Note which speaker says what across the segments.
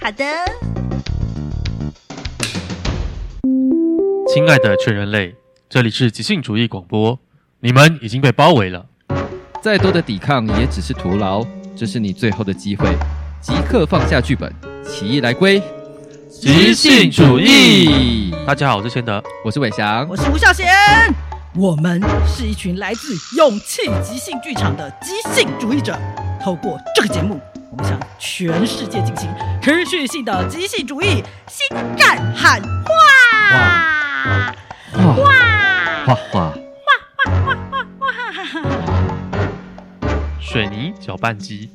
Speaker 1: 好的，
Speaker 2: 亲爱的全人类，这里是即兴主义广播，你们已经被包围了。
Speaker 3: 再多的抵抗也只是徒劳，这是你最后的机会，即刻放下剧本，起义来归，
Speaker 2: 即兴主义大家好，我是贤德，
Speaker 3: 我是伟翔，
Speaker 1: 嗯我是吴孝贤，我们是一群来自勇气即兴剧场的即兴主义者。透过这个节目，我们向全世界进行持续性的即兴主义新战喊话！
Speaker 3: 哇
Speaker 1: 哇
Speaker 3: 画画，
Speaker 2: 水泥搅拌机，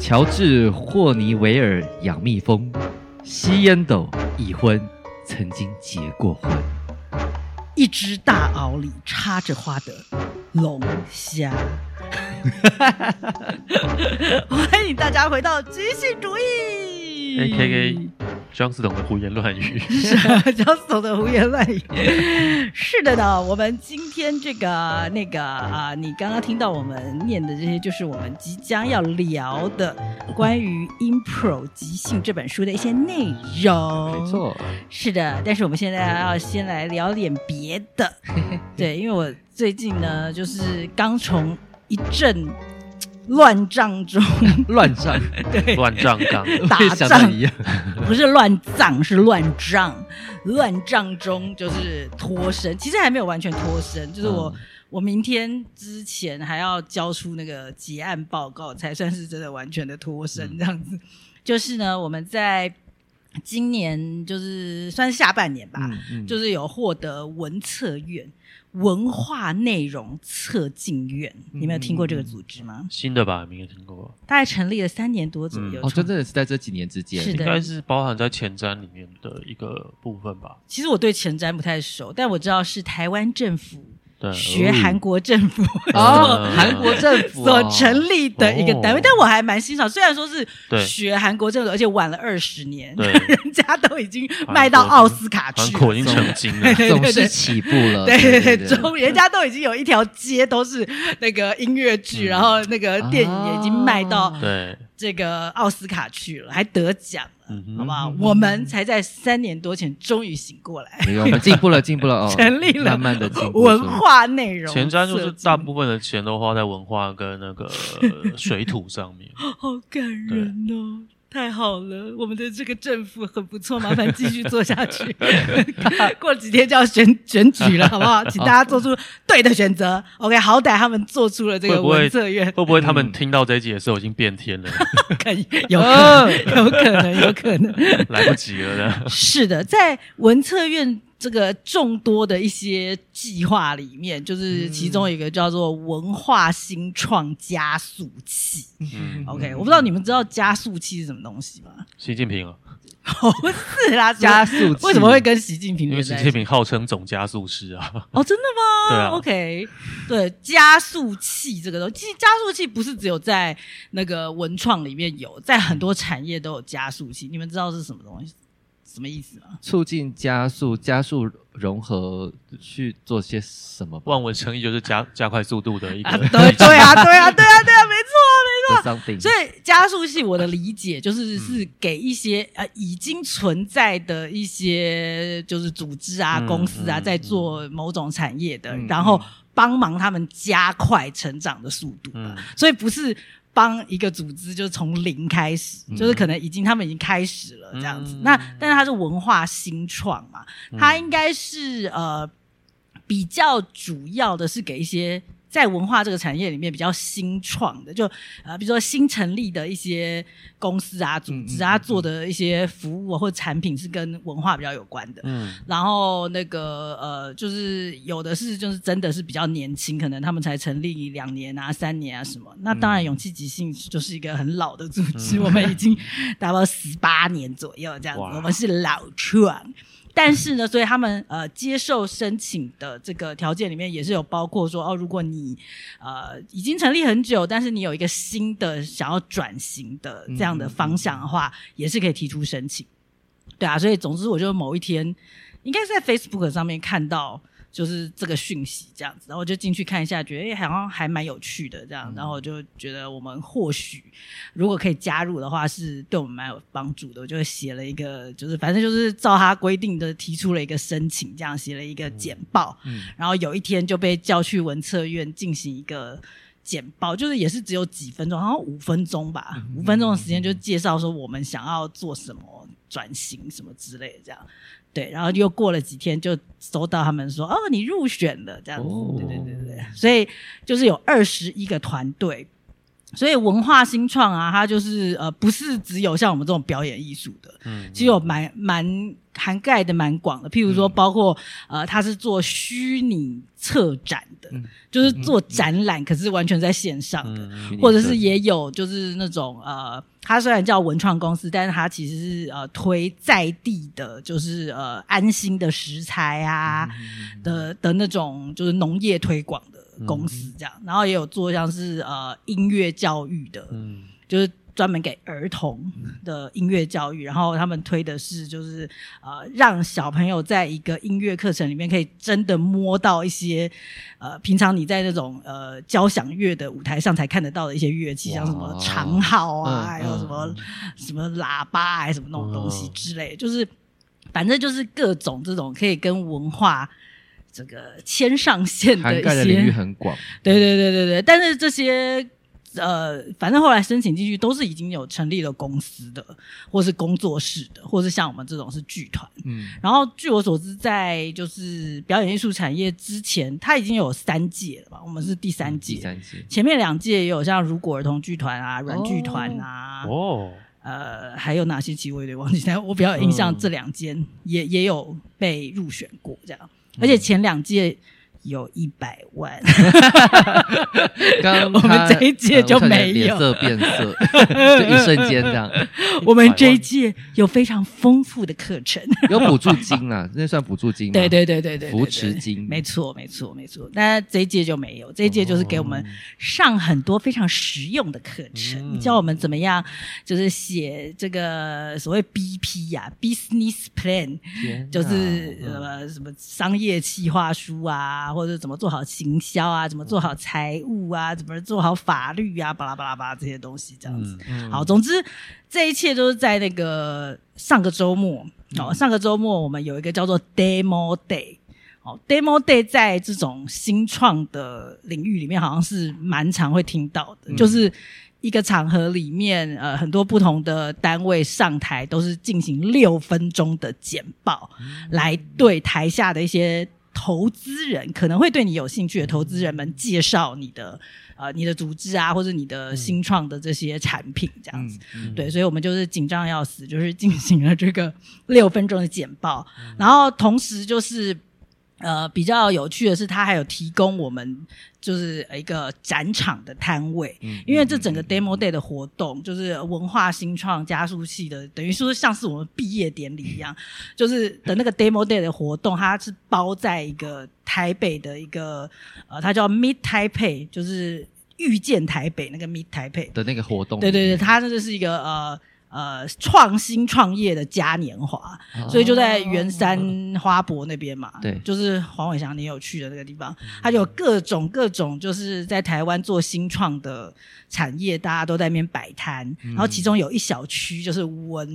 Speaker 3: 乔治霍尼韦尔养蜜蜂，吸烟斗已婚，曾经结过婚。
Speaker 1: 一只大螯里插着花的龙虾。欢迎大家回到即兴主义
Speaker 2: AKA 张思董的胡言乱语。
Speaker 1: 张总的胡言乱语。 是的呢，我们今天这个那个啊、你刚刚听到我们念的这些，就是我们即将要聊的关于《Impro 即兴》这本书的一些内容。
Speaker 3: 没，错，
Speaker 1: 是的。但是我们现在要先来聊点别的， 对，因为我最近呢，就是刚从一阵乱仗中，
Speaker 3: 乱上，
Speaker 1: 对，
Speaker 2: 乱葬岗，
Speaker 1: 打
Speaker 3: 我也想到
Speaker 1: 仗
Speaker 3: 一样，
Speaker 1: 不是乱葬，是乱仗，乱仗中就是脱身，其实还没有完全脱身，就是我、
Speaker 3: 嗯
Speaker 1: 我明天之前还要交出那个结案报告，才算是真的完全的脱
Speaker 3: 嗯
Speaker 1: 身这样子。就是呢，我们在今年就是算是下半年吧，
Speaker 3: 嗯嗯
Speaker 1: 就是有获得文策院文化内容测进院，
Speaker 3: 嗯
Speaker 1: 你们有听过这个组织吗？
Speaker 2: 新的吧？没有听过，
Speaker 1: 大概成立了三年多左右，
Speaker 3: 哦，真的是在这几年之间，嗯
Speaker 1: 是的
Speaker 2: 应该是包含在前瞻里面的一个部分吧？
Speaker 1: 其实我对前瞻不太熟，但我知道是台湾政府
Speaker 2: 对，
Speaker 1: 学韩国政府
Speaker 3: 哦，韩国政府
Speaker 1: 所
Speaker 3: 哦
Speaker 1: 成立的一个单位，
Speaker 2: 哦
Speaker 1: 但我还蛮欣赏。虽然说是
Speaker 2: 对
Speaker 1: 学韩国政府，而且晚了二十年，
Speaker 2: 对
Speaker 1: 人家都已经卖到奥斯卡
Speaker 2: 韩
Speaker 1: 去
Speaker 2: 国
Speaker 1: 了。
Speaker 2: 已经成精了
Speaker 1: 对。对
Speaker 3: 总
Speaker 1: 对
Speaker 3: 是
Speaker 1: 对
Speaker 3: 起步了，
Speaker 1: 对
Speaker 3: 对
Speaker 1: 对
Speaker 3: 对，
Speaker 1: 对，中人家都已经有一条街都是那个音乐剧，然后那个电影也已经卖到
Speaker 2: 嗯啊对，
Speaker 1: 这个奥斯卡去了，还得奖了，
Speaker 2: 嗯
Speaker 1: 好
Speaker 2: 哼，
Speaker 1: 不好？我们才在三年多前终于醒过来，
Speaker 3: 哎呦我们进步了，进步了哦，
Speaker 1: 成立了
Speaker 3: 慢慢的进步
Speaker 1: 文化内容
Speaker 2: 前瞻就是
Speaker 1: 设计
Speaker 2: 大部分的钱都花在文化跟 那个呃水土上面。
Speaker 1: 好感人哦！太好了，我们的这个政府很不错，麻烦继续做下 去。过几天就要选选举了，好不 好？请大家做出对的选择。OK，好歹他们做出了这
Speaker 2: 会
Speaker 1: 个
Speaker 2: 不会
Speaker 1: 文策院，
Speaker 2: 会不会他们听到这一集的时候已经变天 了，
Speaker 1: 可以有可
Speaker 2: 嗯
Speaker 1: 能，有可能，有可能。
Speaker 2: 来不及了呢？
Speaker 1: 是的，在文策院这个众多的一些计划里面，就是其中
Speaker 2: 嗯
Speaker 1: 有一个叫做文化新创加速器。
Speaker 2: 嗯，
Speaker 1: OK，我不知道你们知道加速器是什么东西吗？
Speaker 2: 习近平啊，
Speaker 1: 不是 啦，
Speaker 3: 加速器
Speaker 1: 为什么会跟习近平
Speaker 2: 因为
Speaker 1: 连
Speaker 2: 习
Speaker 1: 在一
Speaker 2: 近
Speaker 1: 起？
Speaker 2: 平号称总加速师啊，
Speaker 1: 哦，真的吗？
Speaker 2: 对啊
Speaker 1: o k 对，加速器这个东西，其实加速器不是只有在那个文创里面有，在很多产业都有加速器。你们知道是什么东西？什么意思吗？
Speaker 3: 促进加速加速融合去做些什 么吧
Speaker 2: 望文生义就是加加快速度的一个
Speaker 1: 啊，。 对对啊，对啊，对啊，对啊，没错。
Speaker 3: The？something，
Speaker 1: 所以加速器，我的理解
Speaker 2: 嗯
Speaker 1: 就是是给一些、呃已经存在的一些就是组织啊、
Speaker 2: 嗯
Speaker 1: 公司啊，
Speaker 2: 嗯
Speaker 1: 在做某种产业的，
Speaker 3: 嗯
Speaker 1: 然后帮忙他们加快成长的速度。
Speaker 2: 嗯，
Speaker 1: 所以不是帮一个组织就是从零开始，就是可能已经他们已经开始了这样子。
Speaker 2: 嗯
Speaker 1: 那但是它是文化新创嘛，它应该是呃比较主要的是给一些。在文化这个产业里面比较新创的，就呃，比如说新成立的一些公司啊、组织啊，做的一些服务、啊、或者产品是跟文化比较有关的。
Speaker 2: 嗯，
Speaker 1: 然后那个呃，就是有的是就是真的是比较年轻，可能他们才成立两年啊、三年啊什么。那当然，勇气即兴就是一个很老的组织，我们已经达到十八年左右这样子，
Speaker 2: 哇
Speaker 1: 我们是老创。但是呢，所以他们呃接受申请的这个条件里面也是有包括说哦，如果你呃已经成立很久，但是你有一个新的想要转型的这样的方向的话，也是可以提出申请。对啊，所以总之我就某一天应该是在 Facebook 上面看到就是这个讯息这样子，然后我就进去看一下，觉得哎好像还蛮有趣的这样，然
Speaker 2: 嗯
Speaker 1: 后我就觉得我们或许如果可以加入的话，是对我们蛮有帮助的。我就写了一个，就是反正就是照他规定的提出了一个申请，这样写了一个简报，
Speaker 2: 嗯
Speaker 1: 然后有一天就被叫去文策院进行一个。简报就是也是只有几分钟，好像五分钟吧，
Speaker 2: 嗯
Speaker 1: 五分钟的时间就介绍说我们想要做什么转型什么之类的这样，对，然后又过了几天就收到他们说哦你入选了这样子，
Speaker 3: 哦
Speaker 1: 对对对对对，所以就是有二十一个团队，所以文化新创啊，它就是呃不是只有像我们这种表演艺术的，
Speaker 2: 嗯，
Speaker 1: 其实有蛮蛮涵盖的蛮广的，譬如说
Speaker 3: 嗯
Speaker 1: 包括、呃，它是做虚拟策展的，
Speaker 3: 嗯
Speaker 1: 就是做展览，可是完全在线上的，
Speaker 2: 嗯
Speaker 1: 或者是也有就是那种呃，它虽然叫文创公司，但是它其实是呃推在地的，就是呃安心的食材啊、的的那种就是农业推广的公司这样，然后也有做像是呃音乐教育的，
Speaker 2: 嗯
Speaker 1: 就是专门给儿童的音乐教育，然后他们推的是就是呃，让小朋友在一个音乐课程里面可以真的摸到一些呃，平常你在那种呃交响乐的舞台上才看得到的一些乐器，
Speaker 3: 哇
Speaker 1: 像什么长号啊，
Speaker 2: 嗯
Speaker 1: 还有什么、什么喇叭啊，还是什么那种东西
Speaker 3: 嗯
Speaker 2: 哦
Speaker 1: 之类，就是反正就是各种这种可以跟文化。这个牵上线的
Speaker 3: 涵
Speaker 1: 一
Speaker 3: 盖的
Speaker 1: 些
Speaker 3: 领域很广，
Speaker 1: 对对对对对，但是这些呃，反正后来申请进去都是已经有成立了公司的，或是工作室的，或是像我们这种是剧团。
Speaker 3: 嗯，
Speaker 1: 然后据我所知，在就是表演艺术产业之前，它已经有三届了吧？我们是第三
Speaker 3: 嗯
Speaker 1: 届，
Speaker 3: 第三 季，
Speaker 1: 前面两届也有像如果儿童剧团啊、软剧团啊，
Speaker 2: 哦，
Speaker 1: 呃，还有哪些集我有点忘记，但我比较有印象
Speaker 2: 嗯
Speaker 1: 这两间、也也有被入选过这样，而且前两届有一百万。
Speaker 3: 刚刚
Speaker 1: 我们
Speaker 3: 他
Speaker 1: 这一届
Speaker 3: 呃
Speaker 1: 就
Speaker 3: 我差点
Speaker 1: 没
Speaker 3: 脸
Speaker 1: 有
Speaker 3: 色变色，就一瞬间这样，
Speaker 1: 我们这一届有非常丰富的课程，
Speaker 3: 有补助金啊，那算补助金吗？
Speaker 1: 对对对对对对，对
Speaker 3: 扶持金
Speaker 1: 没错没错没错。但这一届就没有，这一届就是给我们上很多非常实用的课程，
Speaker 2: 嗯
Speaker 1: 教我们怎么样就是写这个所谓 BP 呀、business plan，
Speaker 3: 天哪，
Speaker 1: 就是呃什么商业企划书啊，或者怎么做好行销啊，怎么做好财务啊，怎么做好法律啊，巴拉巴拉巴拉这些东西这样子。
Speaker 2: 嗯
Speaker 1: 好，总之这一切都是在那个上个周末哦，上个周末我们有一个叫做 Demo Day。哦，Demo Day 在这种新创的领域里面，好像是蛮常会听到的，就是一个场合里面，呃，很多不同的单位上台都是进行六分钟的简报，来对台下的一些投资人可能会对你有兴趣的投资人们介绍你的呃你的组织啊，或者你的新创的这些产品这样子。
Speaker 3: 嗯
Speaker 1: 对，所以我们就是紧张要死，就是进行了这个 六分钟的简报，然后同时就是。呃，比较有趣的是，它还有提供我们就是一个展场的摊位，
Speaker 3: 嗯
Speaker 1: 因为这整个 demo day 的活动就是文化新创加速器的，等于说像是我们毕业典礼一样，就是的那个 demo day 的活动，它是包在一个台北的一个呃，它叫 Meet Taipei，就是遇见台北那个 Meet Taipei，
Speaker 3: 的那个活动，
Speaker 1: 对对对，，它这就是一个呃呃创新创业的嘉年华，
Speaker 3: 哦
Speaker 1: 所以就在圆山花博那边嘛，
Speaker 3: 对嗯
Speaker 1: 就是黄伟翔你有去的那个地方，它就有各种各种就是在台湾做新创的产业，大家都在那边摆摊，
Speaker 3: 嗯
Speaker 1: 然后其中有一小区就 是文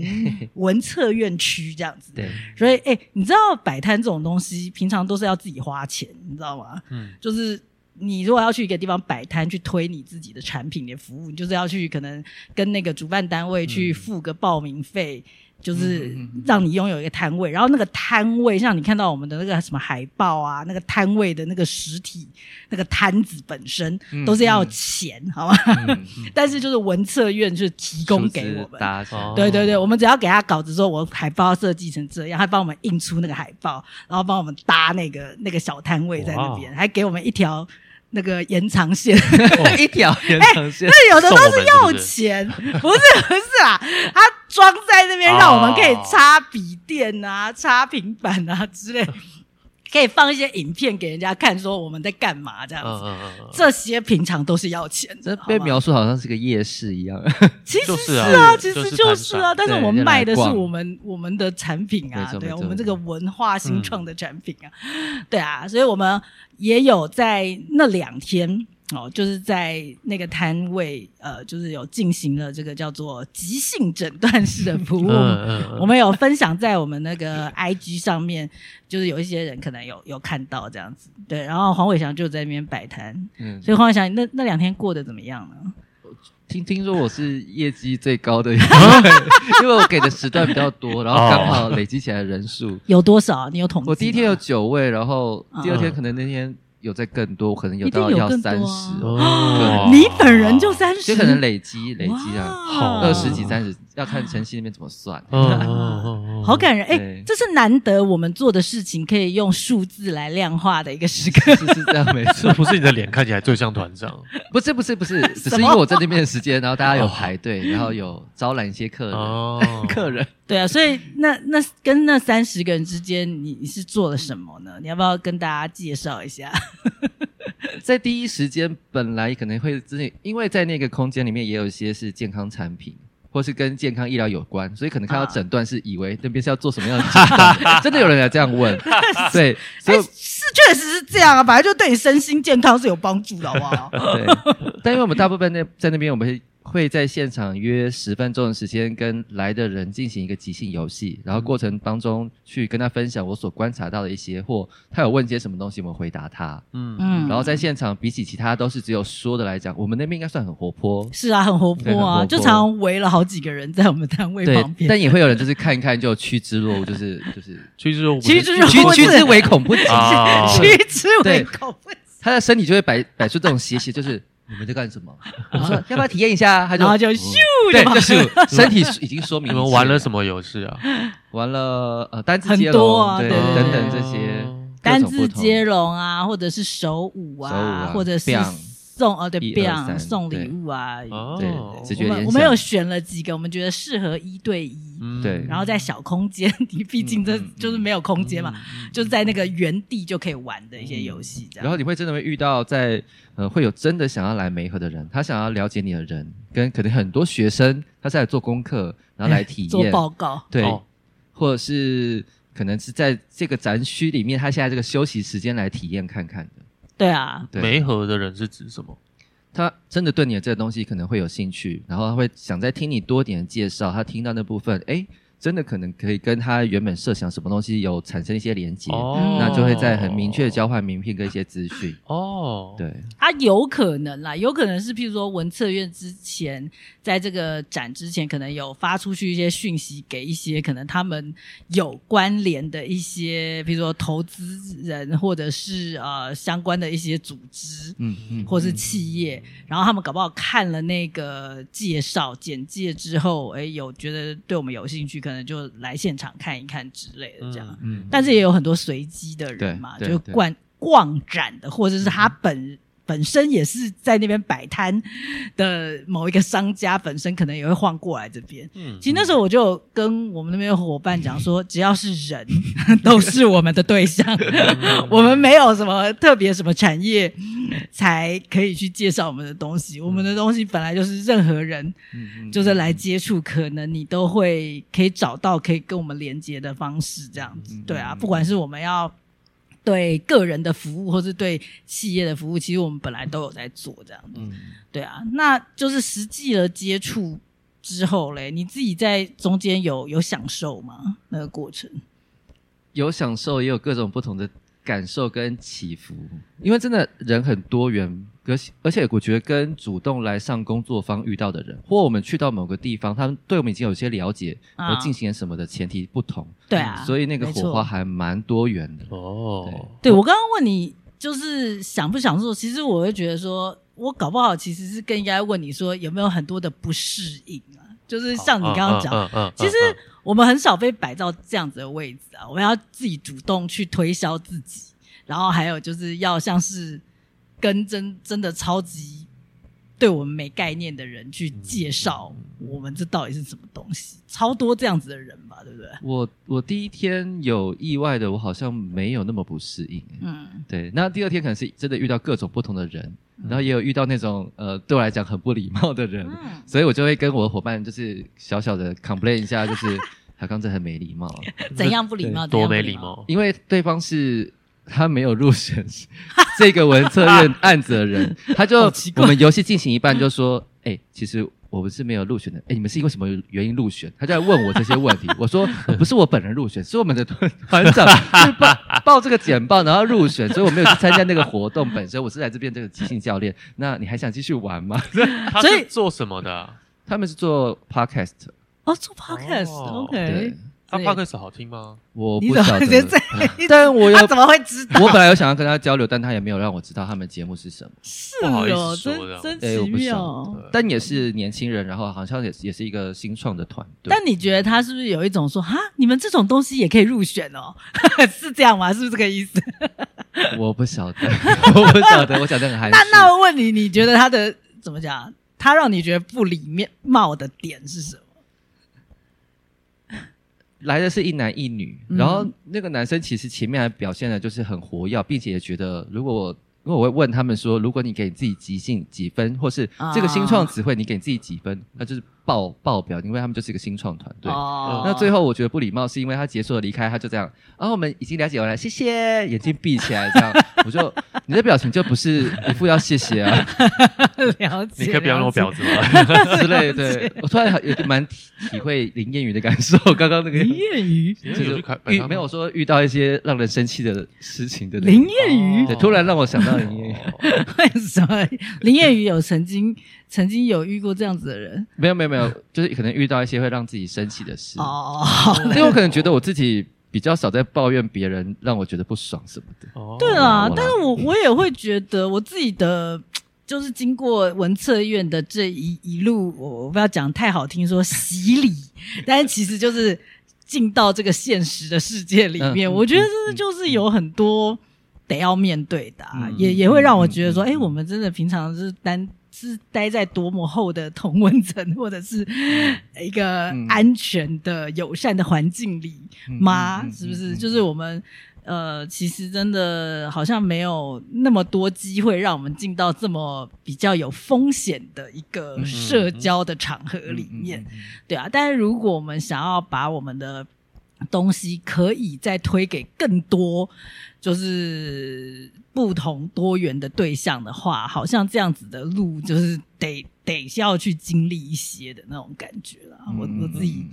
Speaker 1: 文策院区这样子，
Speaker 3: 对，
Speaker 1: 所以哎、你知道摆摊这种东西，平常都是要自己花钱，你知道吗？
Speaker 2: 嗯，
Speaker 1: 就是。你如果要去一个地方摆摊去推你自己的产品、你的服务，你就是要去可能跟那个主办单位
Speaker 3: 嗯
Speaker 1: 去付个报名费，就是让你拥有一个摊位。然后那个摊位，像你看到我们的那个什么海报啊，那个摊位的那个实体、那个摊子本身
Speaker 3: 嗯
Speaker 1: 都是要
Speaker 3: 嗯
Speaker 1: 钱，好吧？ 但是就是文策院是提供给我们，
Speaker 3: 搭
Speaker 2: 哦
Speaker 1: 对对对，我们只要给他稿子说，我海报要设计成这样，他帮我们印出那个海报，然后帮我们搭那个那个小摊位在那边，还给我们一条那个延长线。
Speaker 3: 一条延长线，
Speaker 1: 那有的都
Speaker 2: 送我
Speaker 1: 是
Speaker 2: 们
Speaker 1: 要
Speaker 2: 是不是
Speaker 1: 钱，不是不是啦，他装在那边让我们可以
Speaker 2: 哦
Speaker 1: 插笔电啊、插平板啊之类。可以放一些影片给人家看，说我们在干嘛这样
Speaker 2: 嗯
Speaker 1: 子。
Speaker 2: 嗯嗯，
Speaker 1: 这些平常都是要钱
Speaker 3: 这
Speaker 1: 的，
Speaker 3: 被
Speaker 1: 好吗啊
Speaker 3: 描述好像是个夜市一 样，
Speaker 1: 其实
Speaker 2: 就是
Speaker 1: 是
Speaker 2: 啊
Speaker 1: 啊，
Speaker 2: 就
Speaker 1: 其
Speaker 2: 是
Speaker 1: 实就是啊，
Speaker 2: 摊
Speaker 1: 但是
Speaker 3: 对
Speaker 1: 我们卖的是
Speaker 3: 人来逛
Speaker 1: 我们我们的产品
Speaker 3: 没
Speaker 1: 啊，
Speaker 3: 错
Speaker 1: 对
Speaker 3: 没
Speaker 1: 啊，
Speaker 3: 错
Speaker 1: 我们这个文化
Speaker 2: 嗯
Speaker 1: 新创的产品啊，对啊，所以我们也有在那两天哦，就是在那个摊位呃，就是有进行了这个叫做急性诊断式的服务。
Speaker 2: 嗯
Speaker 1: 我们有分享在我们那个 IG 上面，就是有一些人可能有有看到这样子，对。然后黄伟翔就在那边摆摊，
Speaker 3: 嗯，
Speaker 1: 所以黄伟翔那那两天过得怎么样呢？
Speaker 3: 听听说我是业绩最高 的， 因为我给的时段比较多，然
Speaker 2: 哦
Speaker 3: 后刚好累积起来的人数，
Speaker 1: 有多少啊？你有统计吗？
Speaker 3: 我第一天有九位，然后第二天
Speaker 2: 嗯
Speaker 3: 可能那天有在更多，可能有
Speaker 1: 一定
Speaker 3: 到
Speaker 1: 有
Speaker 3: 要
Speaker 1: 更多
Speaker 3: 三
Speaker 1: 啊
Speaker 3: 十，
Speaker 2: 哦
Speaker 1: 你本人就三十，
Speaker 3: 就可能累积累积啊，
Speaker 1: 哇
Speaker 2: 好
Speaker 3: 二十几三十，要看晨曦那边怎么算。
Speaker 2: 哦嗯
Speaker 1: 好感人哎、
Speaker 3: 对
Speaker 1: 这是难得我们做的事情可以用数字来量化的一 个时刻。
Speaker 3: 是是这样没
Speaker 1: 啊
Speaker 3: 错
Speaker 2: 这，不是你的脸看起来最像 团长，
Speaker 3: 不是不是不是，只是
Speaker 1: 什么
Speaker 3: 因为我在那边的时间，然后大家有排 队，然后有招揽一些客人，
Speaker 2: 哦，
Speaker 3: 客人
Speaker 1: 对啊，所以那那跟那三十个人之间，你你是做了什么呢？你要不要跟大家介绍一下？
Speaker 3: 在第一时间本来可能会自己，因为在那个空间里面也有一些是健康产品。或是跟健康医疗有关，所以可能看到
Speaker 1: 啊
Speaker 3: 诊断是以为那边是要做什么样的诊断， 真的有人来这样问，对， 所
Speaker 1: 哎、
Speaker 3: 以
Speaker 1: 是确实是这样啊，本来就对你身心健康是有帮助的，好不 好？
Speaker 3: 对，但因为我们大部分在在那边，我们会会在现场约十分钟的时间，跟来的人进行一个即兴游戏，然后过程当中去跟他分享我所观察到的一些，或他有问些什么东西，我们回答他。
Speaker 2: 嗯
Speaker 1: 嗯，
Speaker 3: 然后在现场，比起其他都是只有说的来讲，我们那边应该算很活泼。
Speaker 1: 是啊，很活泼
Speaker 3: 对很活
Speaker 1: 啊，
Speaker 3: 泼
Speaker 1: 就常围了好几个人在我们单位
Speaker 3: 对
Speaker 1: 旁，边。
Speaker 3: 但也会有人就是看一看就趋之若鹜，就是 就是
Speaker 2: 其实我
Speaker 1: 其实就是
Speaker 3: 趋
Speaker 1: 我
Speaker 3: 趋
Speaker 1: 是
Speaker 3: 之唯恐不及。
Speaker 2: 啊，
Speaker 1: 去吃
Speaker 3: 哦对
Speaker 1: 胃口不行
Speaker 3: 他的身体就会摆摆出这种斜斜，就是你们在干什么？我 说要不要体验一下？他就
Speaker 1: 然后就
Speaker 3: 嗯
Speaker 1: 咻
Speaker 3: 对，
Speaker 1: 就跑
Speaker 3: 就是身体已经说明
Speaker 2: 你们玩了
Speaker 3: 么？
Speaker 2: 什么游戏啊？
Speaker 3: 玩了呃单字
Speaker 1: 很
Speaker 3: 接
Speaker 1: 多
Speaker 3: 龙，
Speaker 1: 啊
Speaker 3: 对
Speaker 1: 对对
Speaker 3: 等
Speaker 1: 对
Speaker 3: 等这些
Speaker 1: 单
Speaker 3: 各种
Speaker 1: 字
Speaker 3: 不同
Speaker 1: 接龙啊，或者是手舞
Speaker 3: 手舞
Speaker 1: 啊，
Speaker 3: 啊
Speaker 1: 或者是
Speaker 3: biang
Speaker 1: 送哦对
Speaker 3: 一二
Speaker 1: ，biang
Speaker 3: 三
Speaker 1: 送
Speaker 3: 对
Speaker 1: 礼物啊。
Speaker 2: 哦，
Speaker 3: 对直
Speaker 1: 我
Speaker 3: 觉
Speaker 1: 们
Speaker 3: 联
Speaker 1: 我们
Speaker 3: 想
Speaker 1: 有选了几个我们觉得适合一对一，
Speaker 2: 嗯
Speaker 3: 对
Speaker 1: 然后在小空间， 你毕竟这
Speaker 3: 嗯嗯嗯
Speaker 1: 就是没有空间嘛，，就是在那个原地就可以玩的一些游戏这样。
Speaker 3: 然后你会真的会遇到在呃会有真的想要来梅河的人，他想要了解你的人，跟可能很多学生他是来做功课，然后来体
Speaker 1: 哎做
Speaker 3: 验，
Speaker 1: 报告，
Speaker 3: 对，
Speaker 2: 哦
Speaker 3: 或者是可能是在这个展区里面，他现在这个休息时间来体验看看的，
Speaker 1: 对啊，
Speaker 3: 对，
Speaker 2: 梅河的人是指什么？
Speaker 3: 他真的对你的这个东西可能会有兴趣，然后他会想再听你多点的介绍。他听到那部分，哎，真的可能可以跟他原本设想什么东西有产生一些连接，
Speaker 2: 哦
Speaker 3: 那就会在很明确的交换名片跟一些资讯。
Speaker 2: 哦，，
Speaker 3: 对，
Speaker 1: 它啊有可能啦，有可能是譬如说文策院之前在这个展之前，可能有发出去一些讯息给一些可能他们有关联的一些，譬如说投资人或者是呃相关的一些组织。
Speaker 3: 嗯嗯，
Speaker 1: 或是企业，然后他们搞不好看了那个介绍简介之后，哎，有觉得对我们有兴趣，可能就来现场看一看之类的这样。
Speaker 3: 嗯
Speaker 1: 但是也有很多随机的
Speaker 3: 对
Speaker 1: 人嘛，
Speaker 3: 对
Speaker 1: 就
Speaker 3: 对嗯
Speaker 1: 逛逛展的，或者是他本本身也是在那边摆摊的某一个商家，本身可能也会晃过来这边。
Speaker 2: 嗯
Speaker 1: 其实那时候我就有跟我们那边的伙伴 讲说，只要是人 都是我们的对象，
Speaker 3: 嗯
Speaker 1: 我们没有什么特别什么产业才可以去介绍我们的东西，我们的东西本来就是任何人
Speaker 3: 嗯
Speaker 1: 就是来接触，可能你都会可以找到可以跟我们连接的方式，这样子
Speaker 3: 嗯，
Speaker 1: 对啊，
Speaker 3: 嗯
Speaker 1: 不管是我们要对个人的服务，或是对企业的服务，其实我们本来都有在做这样子，
Speaker 3: 嗯
Speaker 1: 对啊，那就是实际的接触之后嘞，你自己在中间有有享受吗？那个过程？
Speaker 3: 有享受，也有各种不同的感受跟起伏，因为真的人很多元，而且而且我觉得跟主动来上工作方遇到的人，或我们去到某个地方，他们对我们已经有些了解，
Speaker 1: 啊
Speaker 3: 而进行什么的前提不同，
Speaker 1: 对啊，
Speaker 3: 所以那个
Speaker 1: 没
Speaker 3: 火
Speaker 1: 错
Speaker 3: 花还蛮多元的。
Speaker 2: 哦，
Speaker 1: 对我刚刚问你，就是享不享受？其实我会觉得说，我搞不好其实是更应该问你说，有没有很多的不适应啊？就是像你刚
Speaker 3: 哦
Speaker 1: 刚讲，
Speaker 2: 嗯，嗯嗯嗯
Speaker 1: 其实
Speaker 2: 嗯
Speaker 1: 我们很少被摆到这样子的位置啊，我们要自己主动去推销自己，然后还有就是要像是跟真真的超级对我们没概念的人去介绍我们这到底是什么东西，超多这样子的人吧，对不对？
Speaker 3: 我我第一天有意外的，我好像没有那么不适应、欸
Speaker 1: 嗯，
Speaker 3: 对，那第二天可能是真的遇到各种不同的人，然后也有遇到那种呃对我来讲很不礼貌的人，
Speaker 1: 嗯
Speaker 3: 所以我就会跟我的伙伴就是小小的 complain 一下，就是 他刚才很没礼貌，
Speaker 1: 怎样不礼貌？怎
Speaker 2: 嗯多
Speaker 1: 样不
Speaker 2: 没礼。貌。
Speaker 3: 因为对方是。他没有入选这个文测验案子的人， 他就
Speaker 1: 好奇怪
Speaker 3: 我们游戏进行一半就说：“哎、其实我们是没有入选的。哎、你们是因为什么原因入选？”他就在问我这些问 题。我说：“呃不是我本人入选，是我们的团团长 去报报这个简报，然后入选，所以我没有去参加那个活动本身。我是来这边这个即兴教练。那你还想继续玩吗？”
Speaker 2: 他
Speaker 1: 所以
Speaker 2: 是做什么的啊？
Speaker 3: 他们是做 podcast，
Speaker 1: 哦，做
Speaker 2: 哎
Speaker 1: podcast，OK，、
Speaker 3: 对，
Speaker 2: 他
Speaker 1: 对
Speaker 2: podcast 好听吗？
Speaker 3: 我
Speaker 1: 你
Speaker 3: 不
Speaker 1: 怎
Speaker 3: 晓
Speaker 1: 么觉
Speaker 3: 得哎
Speaker 1: 得，
Speaker 3: 但我有
Speaker 1: 啊他怎么会知道？
Speaker 3: 我本来有想要跟他交流，但他也没有让我知道他们节目是什么。
Speaker 1: 是
Speaker 2: 不好意思
Speaker 1: 哦，
Speaker 2: 说这样
Speaker 1: 真真
Speaker 3: 哎，我
Speaker 1: 奇
Speaker 3: 不晓
Speaker 1: 妙。哦
Speaker 3: 得，但也是年轻人，然后好像也是也是一个新创的团队。
Speaker 1: 但你觉得他是不是有一种说哈，你们这种东西也可以入选哦？ 是这样吗？是不是这个意思？
Speaker 3: 我不晓得， 我不晓得，我讲得很含蓄
Speaker 1: 那。那我问你，你觉得他的怎么讲？他让你觉得不礼面貌的点是什么？
Speaker 3: 来的是一男一女，
Speaker 1: 嗯
Speaker 3: 然后那个男生其实前面还表现的就是很活跃，并且也觉得如果我。因为我会问他们说，如果你给你自己即兴几分，或是这个新
Speaker 1: 啊
Speaker 3: 创词汇你给你自己几分，那就是爆爆表，因为他们就是一个新创团队。
Speaker 1: 哦
Speaker 3: 那
Speaker 2: 嗯
Speaker 3: 最后我觉得不礼貌，是因为他结束了离开，他就这样，啊，我们已经了解完了，谢谢，眼睛闭起来这 样，我就你的表情就不是一副要谢谢 啊
Speaker 1: 了解，
Speaker 2: 你可以不要那
Speaker 1: 了
Speaker 2: 么
Speaker 1: 解
Speaker 2: 婊子吗？
Speaker 1: 啊
Speaker 3: 之类的。对我突然有点蛮体体会林燕宇的感受，刚刚那个
Speaker 1: 林谚语，
Speaker 2: 你
Speaker 3: 就是
Speaker 2: 有去看
Speaker 3: 遇没有？说遇到一些让人生气的事情的
Speaker 1: 林谚语
Speaker 3: 对，突然让我想到林燕宇，
Speaker 1: 为 什么？林谚语有曾经曾经有遇过这样子的人
Speaker 3: 没有没有没有，就是可能遇到一些会让自己生气的事，
Speaker 1: 哦。
Speaker 3: 因为我可能觉得我自己比较少在抱怨别人让我觉得不爽什么的。
Speaker 2: 哦
Speaker 1: 对
Speaker 3: 我
Speaker 1: 啊
Speaker 3: 啦，
Speaker 1: 但是我我也会觉得我自己的。就是经过文策院的这一一路，我我不要讲太好听，说洗礼， 但是其实就是进到这个现实的世界里面，
Speaker 3: 嗯嗯
Speaker 1: 我觉得这就是有很多得要面对的、啊，
Speaker 3: 嗯
Speaker 1: 也
Speaker 3: 嗯
Speaker 1: 也会让我
Speaker 3: 嗯
Speaker 1: 觉得说，
Speaker 3: 嗯
Speaker 1: 哎、我们真的平常是单是待在多么厚的同温层，或者是一个
Speaker 3: 嗯
Speaker 1: 安全的、友善的环境里，
Speaker 3: 嗯
Speaker 1: 吗？
Speaker 3: 嗯嗯
Speaker 1: 是不是？
Speaker 3: 嗯
Speaker 1: 就是我们呃，其实真的好像没有那么多机会让我们进到这么比较有风险的一个社交的场合里
Speaker 3: 嗯
Speaker 1: 面，对啊。但是如果我们想要把我们的东西可以再推给更多，就是不同多元的对象的话，好像这样子的路就是得得是要去经历一些的那种感觉了。
Speaker 3: 嗯
Speaker 1: 啊我我自己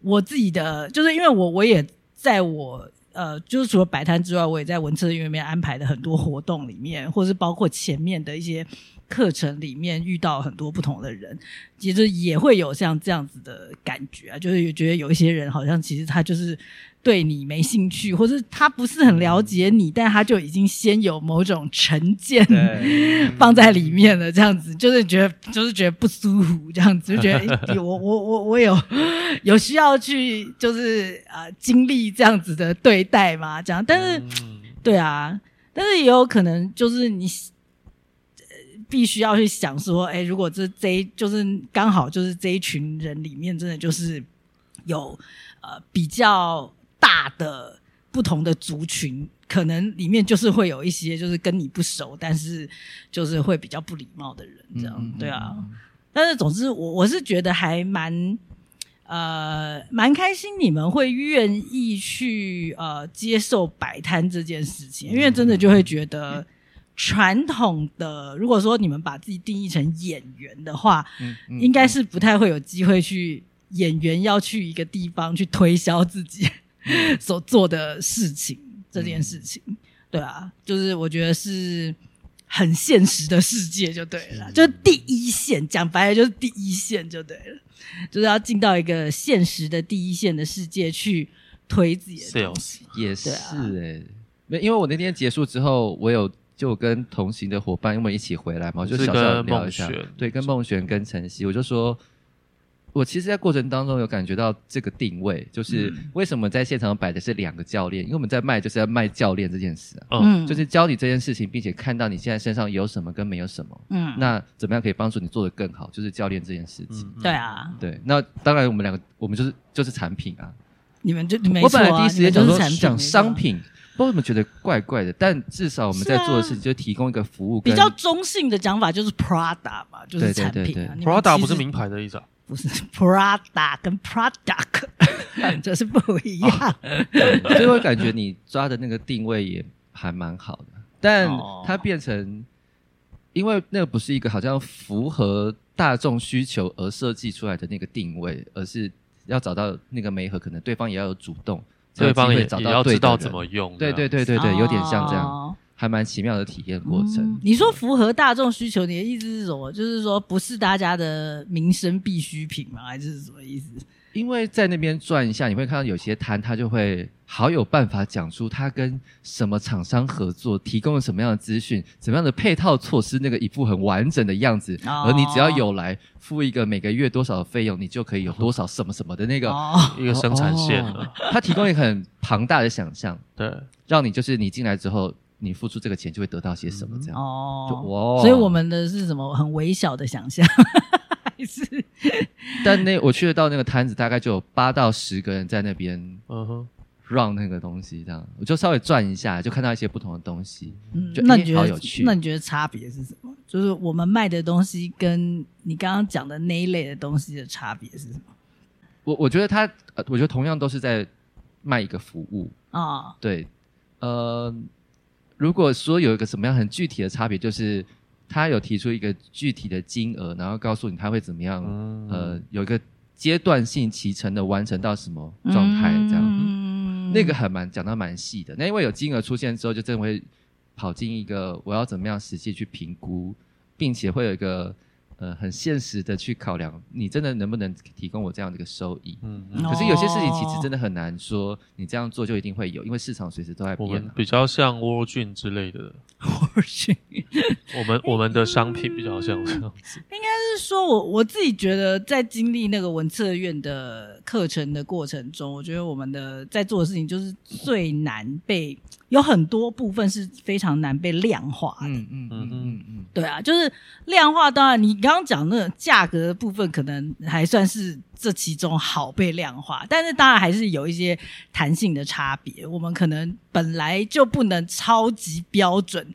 Speaker 1: 我自己的，就是因为我我也在我呃，就是除了摆摊之外，我也在文策院里面安排的很多活动里面，或是包括前面的一些课程里面遇到很多不同的人，其实也会有像这样子的感觉啊，就是觉得有一些人好像其实他就是对你没兴趣，或是他不是很了解你，但他就已经先有某种成见，
Speaker 3: 对，
Speaker 1: 放在里面了，这样子就是觉得就是觉得不舒服，这样子就觉得诶我我我我有 有需要去就是啊、呃经历这样子的对待吗？这样，但是、
Speaker 2: 嗯
Speaker 1: 对啊，但是也有可能就是你呃必须要去想说，哎、如果这这一就是刚好就是这一群人里面真的就是有呃比较大的不同的族群，可能里面就是会有一些就是跟你不熟，但是就是会比较不礼貌的人， 这样、
Speaker 3: 嗯嗯嗯
Speaker 1: 对啊。但是总之我，我是觉得还蛮。呃，蛮开心你们会愿意去呃接受摆摊这件事情，因为真的就会觉得传统的，如果说你们把自己定义成演员的话，
Speaker 3: 嗯嗯
Speaker 1: 应该是不太会有机会去演员要去一个地方去推销自己
Speaker 3: 嗯
Speaker 1: 所做的事情这件事情，对啊，就是我觉得是很现实的世界就对了啦，就是第一线，讲白了就是第一线就对了，就是要进到一个现实的第一线的世界去推自己的东西，
Speaker 3: 也是
Speaker 1: 对啊
Speaker 3: 哎、没因为我那天结束之后，我有就跟同行的伙伴，因为我们一起回来嘛，我就是小小地
Speaker 2: 跟
Speaker 3: 聊
Speaker 2: 孟
Speaker 3: 一下
Speaker 2: 璇，
Speaker 3: 对，跟孟璇跟晨曦，我就说，我其实，在过程当中有感觉到这个定位，就是
Speaker 1: 嗯
Speaker 3: 为什么在现场摆的是两个教练，因为我们在卖就是要卖教练这件事啊，
Speaker 2: 嗯
Speaker 3: 就是教你这件事情，并且看到你现在身上有什么跟没有什么，
Speaker 1: 嗯，
Speaker 3: 那怎么样可以帮助你做得更好，就是教练这件事情。
Speaker 2: 嗯
Speaker 1: 对啊，
Speaker 3: 对，那当然我们两个，我们就是就是产品啊。
Speaker 1: 你们就没
Speaker 3: 我
Speaker 1: 错
Speaker 3: 本
Speaker 1: 啊、
Speaker 3: 来第一时间
Speaker 1: 你
Speaker 3: 想
Speaker 1: 们
Speaker 3: 说
Speaker 1: 就是产品
Speaker 3: 讲商，
Speaker 1: 没错啊
Speaker 3: 品，不过我们觉得怪怪的，但至少我们在
Speaker 1: 是啊
Speaker 3: 做的事情就是提供一个服务跟，
Speaker 1: 比较中性的讲法就是 Prada 嘛，就是
Speaker 3: 对对
Speaker 1: 产
Speaker 3: 对
Speaker 1: 品
Speaker 3: 对
Speaker 1: 啊。你们
Speaker 2: ，Prada
Speaker 1: 其
Speaker 2: 不是
Speaker 1: 实
Speaker 2: 名牌的意思啊。
Speaker 1: 不是 Prada 跟 Product，这是 不一样。
Speaker 3: 哦所以我感觉你抓的那个定位也还蛮好的，但
Speaker 1: 哦
Speaker 3: 它变成，因为那个不是一个好像符合大众需求而设计出来的那个定位，而是要找到那个媒合，可能对方也要有主动，才有
Speaker 2: 对方
Speaker 3: 机会
Speaker 2: 也
Speaker 3: 找
Speaker 2: 也
Speaker 3: 到
Speaker 2: 要
Speaker 3: 对
Speaker 2: 知
Speaker 3: 的
Speaker 2: 道
Speaker 3: 人
Speaker 2: 怎么用。
Speaker 3: 对对
Speaker 2: 这
Speaker 3: 对对对，有点像这样，
Speaker 1: 哦
Speaker 3: 还蛮奇妙的体验过
Speaker 1: 嗯
Speaker 3: 程。
Speaker 1: 你说符合大众需求，你的意思是什么？就是说不是大家的民生必需品吗？还是什么意思？
Speaker 3: 因为在那边转一下，你会看到有些摊，他就会好有办法讲出他跟什么厂商合作，提供了什么样的资讯，怎么样的配套措施，那个一副很完整的样子。
Speaker 1: 哦
Speaker 3: 而你只要有来付一个每个月多少的费用，你就可以有多少什么什么的那 个。
Speaker 1: 哦，
Speaker 2: 样一个生产线
Speaker 3: 哦
Speaker 2: 啊。
Speaker 3: 他提供一个很庞大的想象，
Speaker 2: 对，
Speaker 3: 让你就是你进来之后，你付出这个钱就会得到些什么这样。就
Speaker 1: 哦，
Speaker 3: 哇
Speaker 1: 所以我们的是什么很微小的想象， 还是
Speaker 3: 但那我去得到那个摊子，大概就有八到十个人在那边
Speaker 2: 嗯哼，
Speaker 3: 让那个东西这样，我就稍微转一下，就看到一些不同的东西。
Speaker 1: 嗯
Speaker 3: 就
Speaker 1: 那
Speaker 3: 诶
Speaker 1: 你觉
Speaker 3: 好
Speaker 1: 得
Speaker 3: 有趣
Speaker 1: 那你觉得差别是什么？就是我们卖的东西跟你刚刚讲的那一类的东西的差别是什么
Speaker 3: 我我觉得他，呃我觉得同样都是在卖一个服务，
Speaker 1: 啊？
Speaker 3: 对，呃，如果说有一个什么样很具体的差别，就是他有提出一个具体的金额，然后告诉你他会怎么样，
Speaker 2: 嗯
Speaker 3: 呃，有一个阶段性提成的完成到什么状态，这样，
Speaker 1: 嗯
Speaker 3: 那个还蛮讲到蛮细的。那因为有金额出现之后，就真的会跑进一个我要怎么样实际去评估，并且会有一个呃很现实的去考量，你真的能不能提供我这样的一个收益？
Speaker 2: 嗯，
Speaker 1: 哦
Speaker 2: 嗯
Speaker 3: 可是有些事情其实真的很难说，你这样做就一定会有，因为市场随时都在
Speaker 2: 我
Speaker 3: 变
Speaker 2: 们
Speaker 3: 啊、
Speaker 2: 比较像 w o r g i n 之类的，
Speaker 1: 我去
Speaker 2: 我们我们的商品比较像这样子。
Speaker 1: 就是说我我自己觉得，在经历那个文策院的课程的过程中，我觉得我们的在做的事情就是最难被有很多部分是非常难被量化的。
Speaker 3: 嗯嗯嗯嗯嗯，
Speaker 1: 对啊，就是量化。当然，你刚刚讲那个价格的部分，可能还算是这其中好被量化，但是当然还是有一些弹性的差别。我们可能本来就不能超级标准